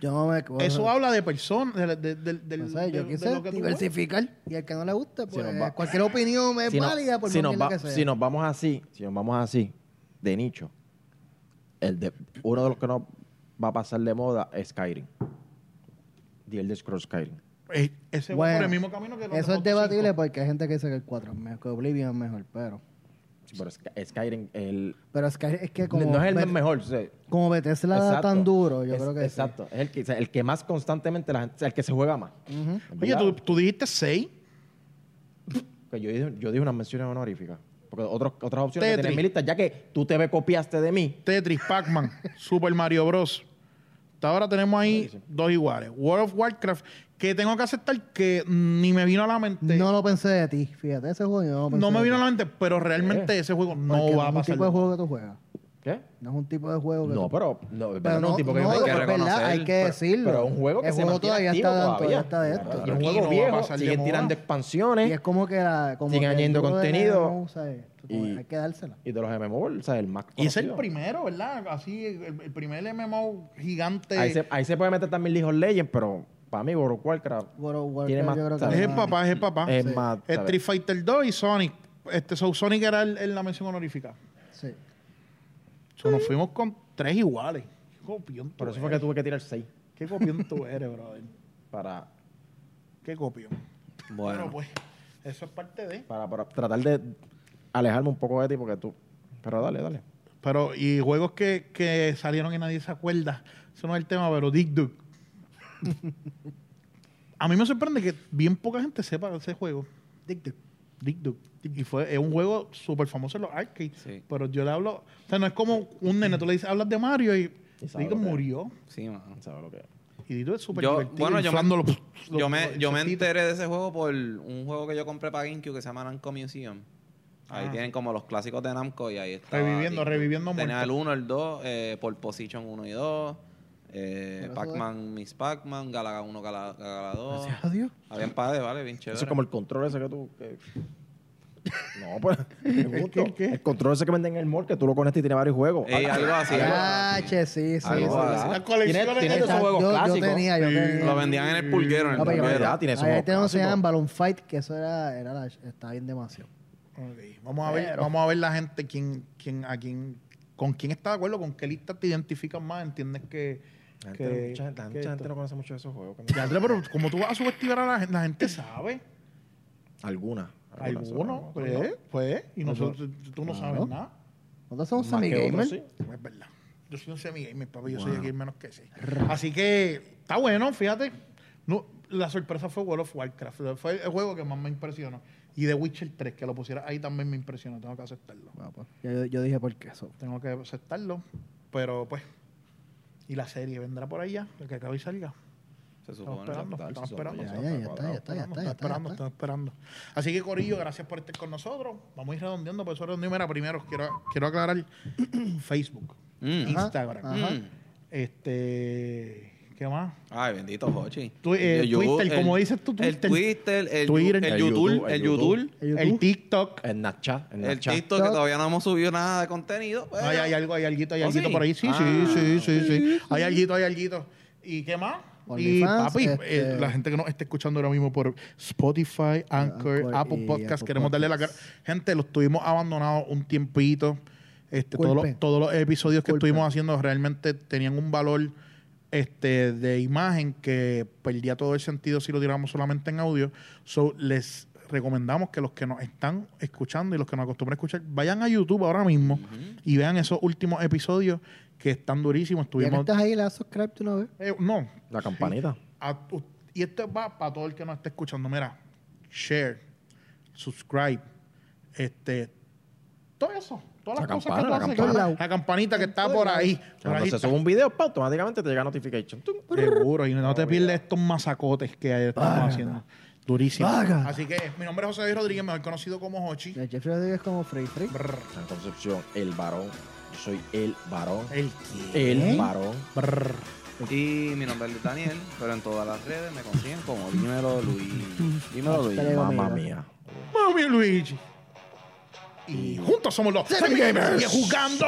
[SPEAKER 4] Yo no me.
[SPEAKER 1] Eso habla de personas, de, de- de- del-
[SPEAKER 4] No sé,
[SPEAKER 1] de-
[SPEAKER 4] yo
[SPEAKER 1] de
[SPEAKER 4] quise
[SPEAKER 1] lo que tú ves.
[SPEAKER 4] diversificar. Y al que no le gusta, pues
[SPEAKER 2] nos va-
[SPEAKER 4] cualquier opinión es
[SPEAKER 2] si, no-
[SPEAKER 4] válida por
[SPEAKER 2] si
[SPEAKER 4] más
[SPEAKER 2] nos
[SPEAKER 4] bien
[SPEAKER 2] va-
[SPEAKER 4] la que sea.
[SPEAKER 2] si nos vamos así, si nos vamos así, de nicho, el de, uno de los que no va a pasar de moda es Skyrim. The Elder Scrolls Skyrim.
[SPEAKER 1] Eh, ese va
[SPEAKER 4] Bueno,
[SPEAKER 1] por el mismo camino que los
[SPEAKER 4] Eso es
[SPEAKER 1] otros
[SPEAKER 4] debatible
[SPEAKER 1] cinco.
[SPEAKER 4] porque hay gente que dice que el 4 es mejor, que Oblivion es mejor, pero.
[SPEAKER 2] Sí, pero Sky- Skyrim el,
[SPEAKER 4] Pero es que, es que como.
[SPEAKER 2] no es el
[SPEAKER 4] Bet-
[SPEAKER 2] mejor. o sea,
[SPEAKER 4] Como Bethesda la da
[SPEAKER 2] exacto.
[SPEAKER 4] tan duro, yo
[SPEAKER 2] Es-
[SPEAKER 4] creo que. sí.
[SPEAKER 2] Exacto. Es el que, o sea, el que más constantemente la gente, o sea, el que se juega más.
[SPEAKER 1] Oye,
[SPEAKER 4] pues,
[SPEAKER 2] ¿Verdad?
[SPEAKER 1] ¿tú, tú dijiste 6.
[SPEAKER 2] Que yo, dije- yo dije unas menciones honoríficas. Porque otros, otras opciones
[SPEAKER 1] Tetris.
[SPEAKER 2] que tenía en mi lista, ya que tú te ve copiaste de mí.
[SPEAKER 1] Tetris, Pac-Man, Super Mario Bros. Hasta ahora tenemos ahí dos iguales. World of Warcraft, que tengo que aceptar que ni me vino a la mente.
[SPEAKER 4] No
[SPEAKER 1] No,
[SPEAKER 4] lo pensé de ti, fíjate, ese juego yo no lo pensé.
[SPEAKER 1] me
[SPEAKER 4] de
[SPEAKER 1] vino a
[SPEAKER 4] ti.
[SPEAKER 1] la mente, pero realmente ese juego no
[SPEAKER 4] Porque
[SPEAKER 1] va a
[SPEAKER 4] Es un
[SPEAKER 1] pasar.
[SPEAKER 4] tipo de juego que tú juegas.
[SPEAKER 2] ¿Qué?
[SPEAKER 4] No es un tipo de juego que.
[SPEAKER 2] No, pero. No,
[SPEAKER 4] Pero
[SPEAKER 2] no, un tipo que
[SPEAKER 4] no,
[SPEAKER 2] hay que
[SPEAKER 4] pero es
[SPEAKER 3] reconocer,
[SPEAKER 4] verdad, hay que
[SPEAKER 2] pero-
[SPEAKER 4] decirlo.
[SPEAKER 2] Pero es un juego que
[SPEAKER 4] El
[SPEAKER 2] se
[SPEAKER 4] juego
[SPEAKER 2] mantiene
[SPEAKER 4] todavía
[SPEAKER 2] activo
[SPEAKER 4] está, dentro,
[SPEAKER 2] todavía.
[SPEAKER 4] está de
[SPEAKER 2] Y
[SPEAKER 4] esto.
[SPEAKER 2] es un
[SPEAKER 1] Aquí
[SPEAKER 2] juego
[SPEAKER 1] no va a
[SPEAKER 2] viejo,
[SPEAKER 1] pasar de
[SPEAKER 2] siguen
[SPEAKER 1] moda.
[SPEAKER 2] tirando expansiones.
[SPEAKER 4] Y es como que la. Como
[SPEAKER 2] Siguen
[SPEAKER 4] que el
[SPEAKER 2] añadiendo
[SPEAKER 4] grupo de
[SPEAKER 2] contenido.
[SPEAKER 4] Lego, ¿sabes? Tú- tú-
[SPEAKER 2] Y-
[SPEAKER 4] Hay que dársela.
[SPEAKER 2] Y de los MMOs, o sea, el más
[SPEAKER 1] Y es el
[SPEAKER 2] conocido.
[SPEAKER 1] primero, ¿verdad? Así, el, el primer MMO gigante.
[SPEAKER 2] Ahí se, ahí se puede meter también League of Legends, pero para mí, World of Warcraft
[SPEAKER 4] World of Warcraft,
[SPEAKER 2] Tiene más-
[SPEAKER 4] yo creo que
[SPEAKER 1] es el
[SPEAKER 4] no.
[SPEAKER 1] papá, es el papá.
[SPEAKER 2] es
[SPEAKER 1] Sí.
[SPEAKER 2] más.
[SPEAKER 1] Es
[SPEAKER 2] ¿sabes?
[SPEAKER 1] Street Fighter 2 y Sonic. Este, so, Sonic era el, el- la mención honorífica.
[SPEAKER 4] Sí.
[SPEAKER 1] So, nos fuimos con tres iguales. Qué copión tú
[SPEAKER 2] Por eso fue que
[SPEAKER 1] eres.
[SPEAKER 2] tuve que tirar 6
[SPEAKER 1] Qué copión tú eres, brother.
[SPEAKER 2] para,
[SPEAKER 1] Qué copión. Bueno,
[SPEAKER 3] Bueno,
[SPEAKER 1] pues, eso es parte de.
[SPEAKER 2] para, para tratar de alejarme un poco de ti, porque tú. Pero dale, dale.
[SPEAKER 1] Pero, y juegos que, que salieron y nadie se acuerda. Eso no es el tema, pero Dick Duck. A mí me sorprende que bien poca gente sepa de ese juego.
[SPEAKER 4] Tic, tic.
[SPEAKER 1] Dick Duck. Y fue, es un juego súper famoso en los arcades.
[SPEAKER 3] Sí.
[SPEAKER 1] Pero yo le hablo. O sea, no es como un nene. Tú le dices, hablas de Mario y.
[SPEAKER 2] Y sabe
[SPEAKER 1] Digo,
[SPEAKER 2] lo que es.
[SPEAKER 1] murió.
[SPEAKER 3] sí, mano.
[SPEAKER 2] ¿Sabes lo que es?
[SPEAKER 1] Y Dick Duck es súper
[SPEAKER 3] Yo-
[SPEAKER 1] divertido.
[SPEAKER 3] bueno, yo me-
[SPEAKER 1] inflando los- los-
[SPEAKER 3] Yo me,
[SPEAKER 1] los
[SPEAKER 3] yo me
[SPEAKER 1] insectitos.
[SPEAKER 3] enteré de ese juego por un juego que yo compré para GameCube que se llama Namco Museum. Ahí
[SPEAKER 1] Ah.
[SPEAKER 3] tienen como los clásicos de Namco y ahí está.
[SPEAKER 1] Reviviendo, reviviendo
[SPEAKER 3] Tenía
[SPEAKER 1] muertos.
[SPEAKER 3] el 1, el 2, eh, Pole Position 1 y 2, eh,
[SPEAKER 4] Pero eso
[SPEAKER 3] Pac-Man, Miss Pac-Man, Galaga 1, Galaga, 2.
[SPEAKER 4] Gracias a Dios.
[SPEAKER 3] Había un par de, vale, bien chévere.
[SPEAKER 2] Eso es como el control ese que tú. que- No, pues. me gusta.
[SPEAKER 1] ¿El qué?
[SPEAKER 2] El control ese que venden en el mall, que tú lo conectas y tiene varios juegos.
[SPEAKER 3] Ey, algo así. algo
[SPEAKER 4] Ah,
[SPEAKER 3] así.
[SPEAKER 4] che, sí, sí. sí.
[SPEAKER 2] Algo así.
[SPEAKER 1] Las colecciones
[SPEAKER 2] Tiene-
[SPEAKER 1] de
[SPEAKER 2] tiene
[SPEAKER 1] esos
[SPEAKER 4] Exacto,
[SPEAKER 2] juegos
[SPEAKER 4] yo-
[SPEAKER 2] clásicos.
[SPEAKER 4] Yo tenía, yo tenía.
[SPEAKER 3] Lo vendían en el pulguero, en el
[SPEAKER 4] No, pero yo-
[SPEAKER 2] Verdad,
[SPEAKER 3] pulguero.
[SPEAKER 2] tiene esos
[SPEAKER 4] Ahí
[SPEAKER 2] juegos
[SPEAKER 4] tenemos se
[SPEAKER 2] clásicos.
[SPEAKER 4] llama Balloon Fight, que eso era, era la, estaba bien demasiado.
[SPEAKER 1] Ok, Vamos a ver, vamos a ver la gente quién, quién, a quién, con quién está de acuerdo, con qué lista te identificas más, entiendes que.
[SPEAKER 2] La
[SPEAKER 1] que-
[SPEAKER 2] gente, mucha, la
[SPEAKER 1] que
[SPEAKER 2] mucha gente
[SPEAKER 1] esto-
[SPEAKER 2] no Ah, conoce mucho de esos juegos.
[SPEAKER 1] Ya, Andrés, pero como tú vas a subestimar a la gente, la gente sabe.
[SPEAKER 2] Alguna.
[SPEAKER 1] Algunos, pues, pues, y nosotros, tú no sabes nada.
[SPEAKER 4] Nosotros somos
[SPEAKER 2] Más que otros,
[SPEAKER 4] semi-gamers.
[SPEAKER 2] sí.
[SPEAKER 1] Es verdad. Yo soy un semi-gamer, papi, yo soy aquí menos que sí. Así que está bueno, fíjate. No, la sorpresa fue World of Warcraft, fue el juego que más me impresionó. Y The Witcher 3, que lo pusiera ahí también me impresionó, tengo que aceptarlo.
[SPEAKER 4] Ah, pues, Yo, yo dije por qué eso.
[SPEAKER 1] tengo que aceptarlo. Pero pues, y la serie vendrá por allá, el que acabe y salga.
[SPEAKER 3] Se
[SPEAKER 1] Estamos
[SPEAKER 3] supone.
[SPEAKER 1] esperando,
[SPEAKER 2] está,
[SPEAKER 1] estamos
[SPEAKER 2] está,
[SPEAKER 1] esperando.
[SPEAKER 4] Ya,
[SPEAKER 2] está,
[SPEAKER 1] estamos
[SPEAKER 4] ya, ya está, ya
[SPEAKER 1] esperando,
[SPEAKER 4] está, ya está.
[SPEAKER 1] estamos
[SPEAKER 4] ya está, ya
[SPEAKER 1] esperando,
[SPEAKER 4] está.
[SPEAKER 1] estamos esperando. Así que Corillo, gracias por estar con nosotros. Vamos a ir redondeando, por eso redondeo. Mira, primero quiero, quiero aclarar Facebook,
[SPEAKER 3] Mm.
[SPEAKER 4] Ajá,
[SPEAKER 1] Instagram,
[SPEAKER 4] ajá.
[SPEAKER 3] Mm.
[SPEAKER 1] este, ¿qué más?
[SPEAKER 3] Ay, bendito Hochi.
[SPEAKER 1] Tu- eh,
[SPEAKER 3] El YouTube,
[SPEAKER 1] Twitter, como dices tú,
[SPEAKER 3] El
[SPEAKER 1] Twitter.
[SPEAKER 3] Twitter, el,
[SPEAKER 1] Twitter.
[SPEAKER 3] el
[SPEAKER 2] El
[SPEAKER 3] YouTube,
[SPEAKER 2] YouTube,
[SPEAKER 3] el
[SPEAKER 2] el YouTube.
[SPEAKER 3] YouTube,
[SPEAKER 4] ¿El
[SPEAKER 1] El
[SPEAKER 4] YouTube?
[SPEAKER 1] TikTok.
[SPEAKER 2] En Snapchat. En
[SPEAKER 3] el
[SPEAKER 2] Snapchat.
[SPEAKER 3] TikTok, que todavía no hemos subido nada de contenido. pues. pero-
[SPEAKER 1] No, hay, hay algo, hay alguito, hay
[SPEAKER 3] ¿Oh,
[SPEAKER 1] alguito
[SPEAKER 3] sí?
[SPEAKER 1] por ahí. Sí,
[SPEAKER 3] Ah.
[SPEAKER 1] sí, sí, sí, sí. Hay alguito, hay alguito. ¿Y qué más? y
[SPEAKER 4] OnlyFans,
[SPEAKER 1] papi,
[SPEAKER 4] este-
[SPEAKER 1] eh, la gente que nos esté escuchando ahora mismo por Spotify, Anchor,
[SPEAKER 4] Anchor
[SPEAKER 1] Apple
[SPEAKER 4] y
[SPEAKER 1] Podcast,
[SPEAKER 4] Apple
[SPEAKER 1] queremos darle la cara. Gente, los tuvimos abandonados un tiempito. Este, todos, los,
[SPEAKER 4] Culpe.
[SPEAKER 1] todos los episodios que
[SPEAKER 4] Culpe.
[SPEAKER 1] estuvimos haciendo realmente tenían un valor este, de imagen que perdía todo el sentido si lo tiramos solamente en audio. So, les recomendamos que los que nos están escuchando y los que nos acostumbran a escuchar vayan a YouTube ahora mismo y vean esos últimos episodios que están durísimos.
[SPEAKER 4] Ya que
[SPEAKER 1] Estuvimos,
[SPEAKER 4] estás ahí, la subscribe de una vez.
[SPEAKER 1] Eh, no,
[SPEAKER 2] La campanita.
[SPEAKER 1] a tu- y esto va para todo el que nos esté escuchando. Mira, share, subscribe, este, todo eso. Todas las
[SPEAKER 2] La
[SPEAKER 1] cosas
[SPEAKER 2] campana,
[SPEAKER 1] que
[SPEAKER 2] la
[SPEAKER 1] tú haces.
[SPEAKER 4] campana.
[SPEAKER 1] La campanita que está por ahí. Por
[SPEAKER 2] Cuando
[SPEAKER 1] ahí
[SPEAKER 2] se
[SPEAKER 1] está.
[SPEAKER 2] sube un video, pa, automáticamente te llega notification. Tum.
[SPEAKER 1] Seguro, y no te pierdes estos masacotes que estamos
[SPEAKER 4] Vágana.
[SPEAKER 1] haciendo. Durísimo.
[SPEAKER 4] Vágana.
[SPEAKER 1] Así que mi nombre es José Luis Rodríguez, mejor conocido como Hochi.
[SPEAKER 4] Ya, Jeffrey Rodríguez como Free Free.
[SPEAKER 1] Brr,
[SPEAKER 2] San Concepción, el varón. Yo soy el varón.
[SPEAKER 1] el que.
[SPEAKER 2] El varón.
[SPEAKER 1] Brr.
[SPEAKER 3] Y mi nombre es Luis Daniel, pero en todas las redes me consiguen como Dímelo Luis. Dímelo Luis.
[SPEAKER 4] Pero-
[SPEAKER 2] Mamma
[SPEAKER 4] mira.
[SPEAKER 2] mía.
[SPEAKER 1] Mami Luigi. Y juntos somos los Seven Gamers. Y jugando.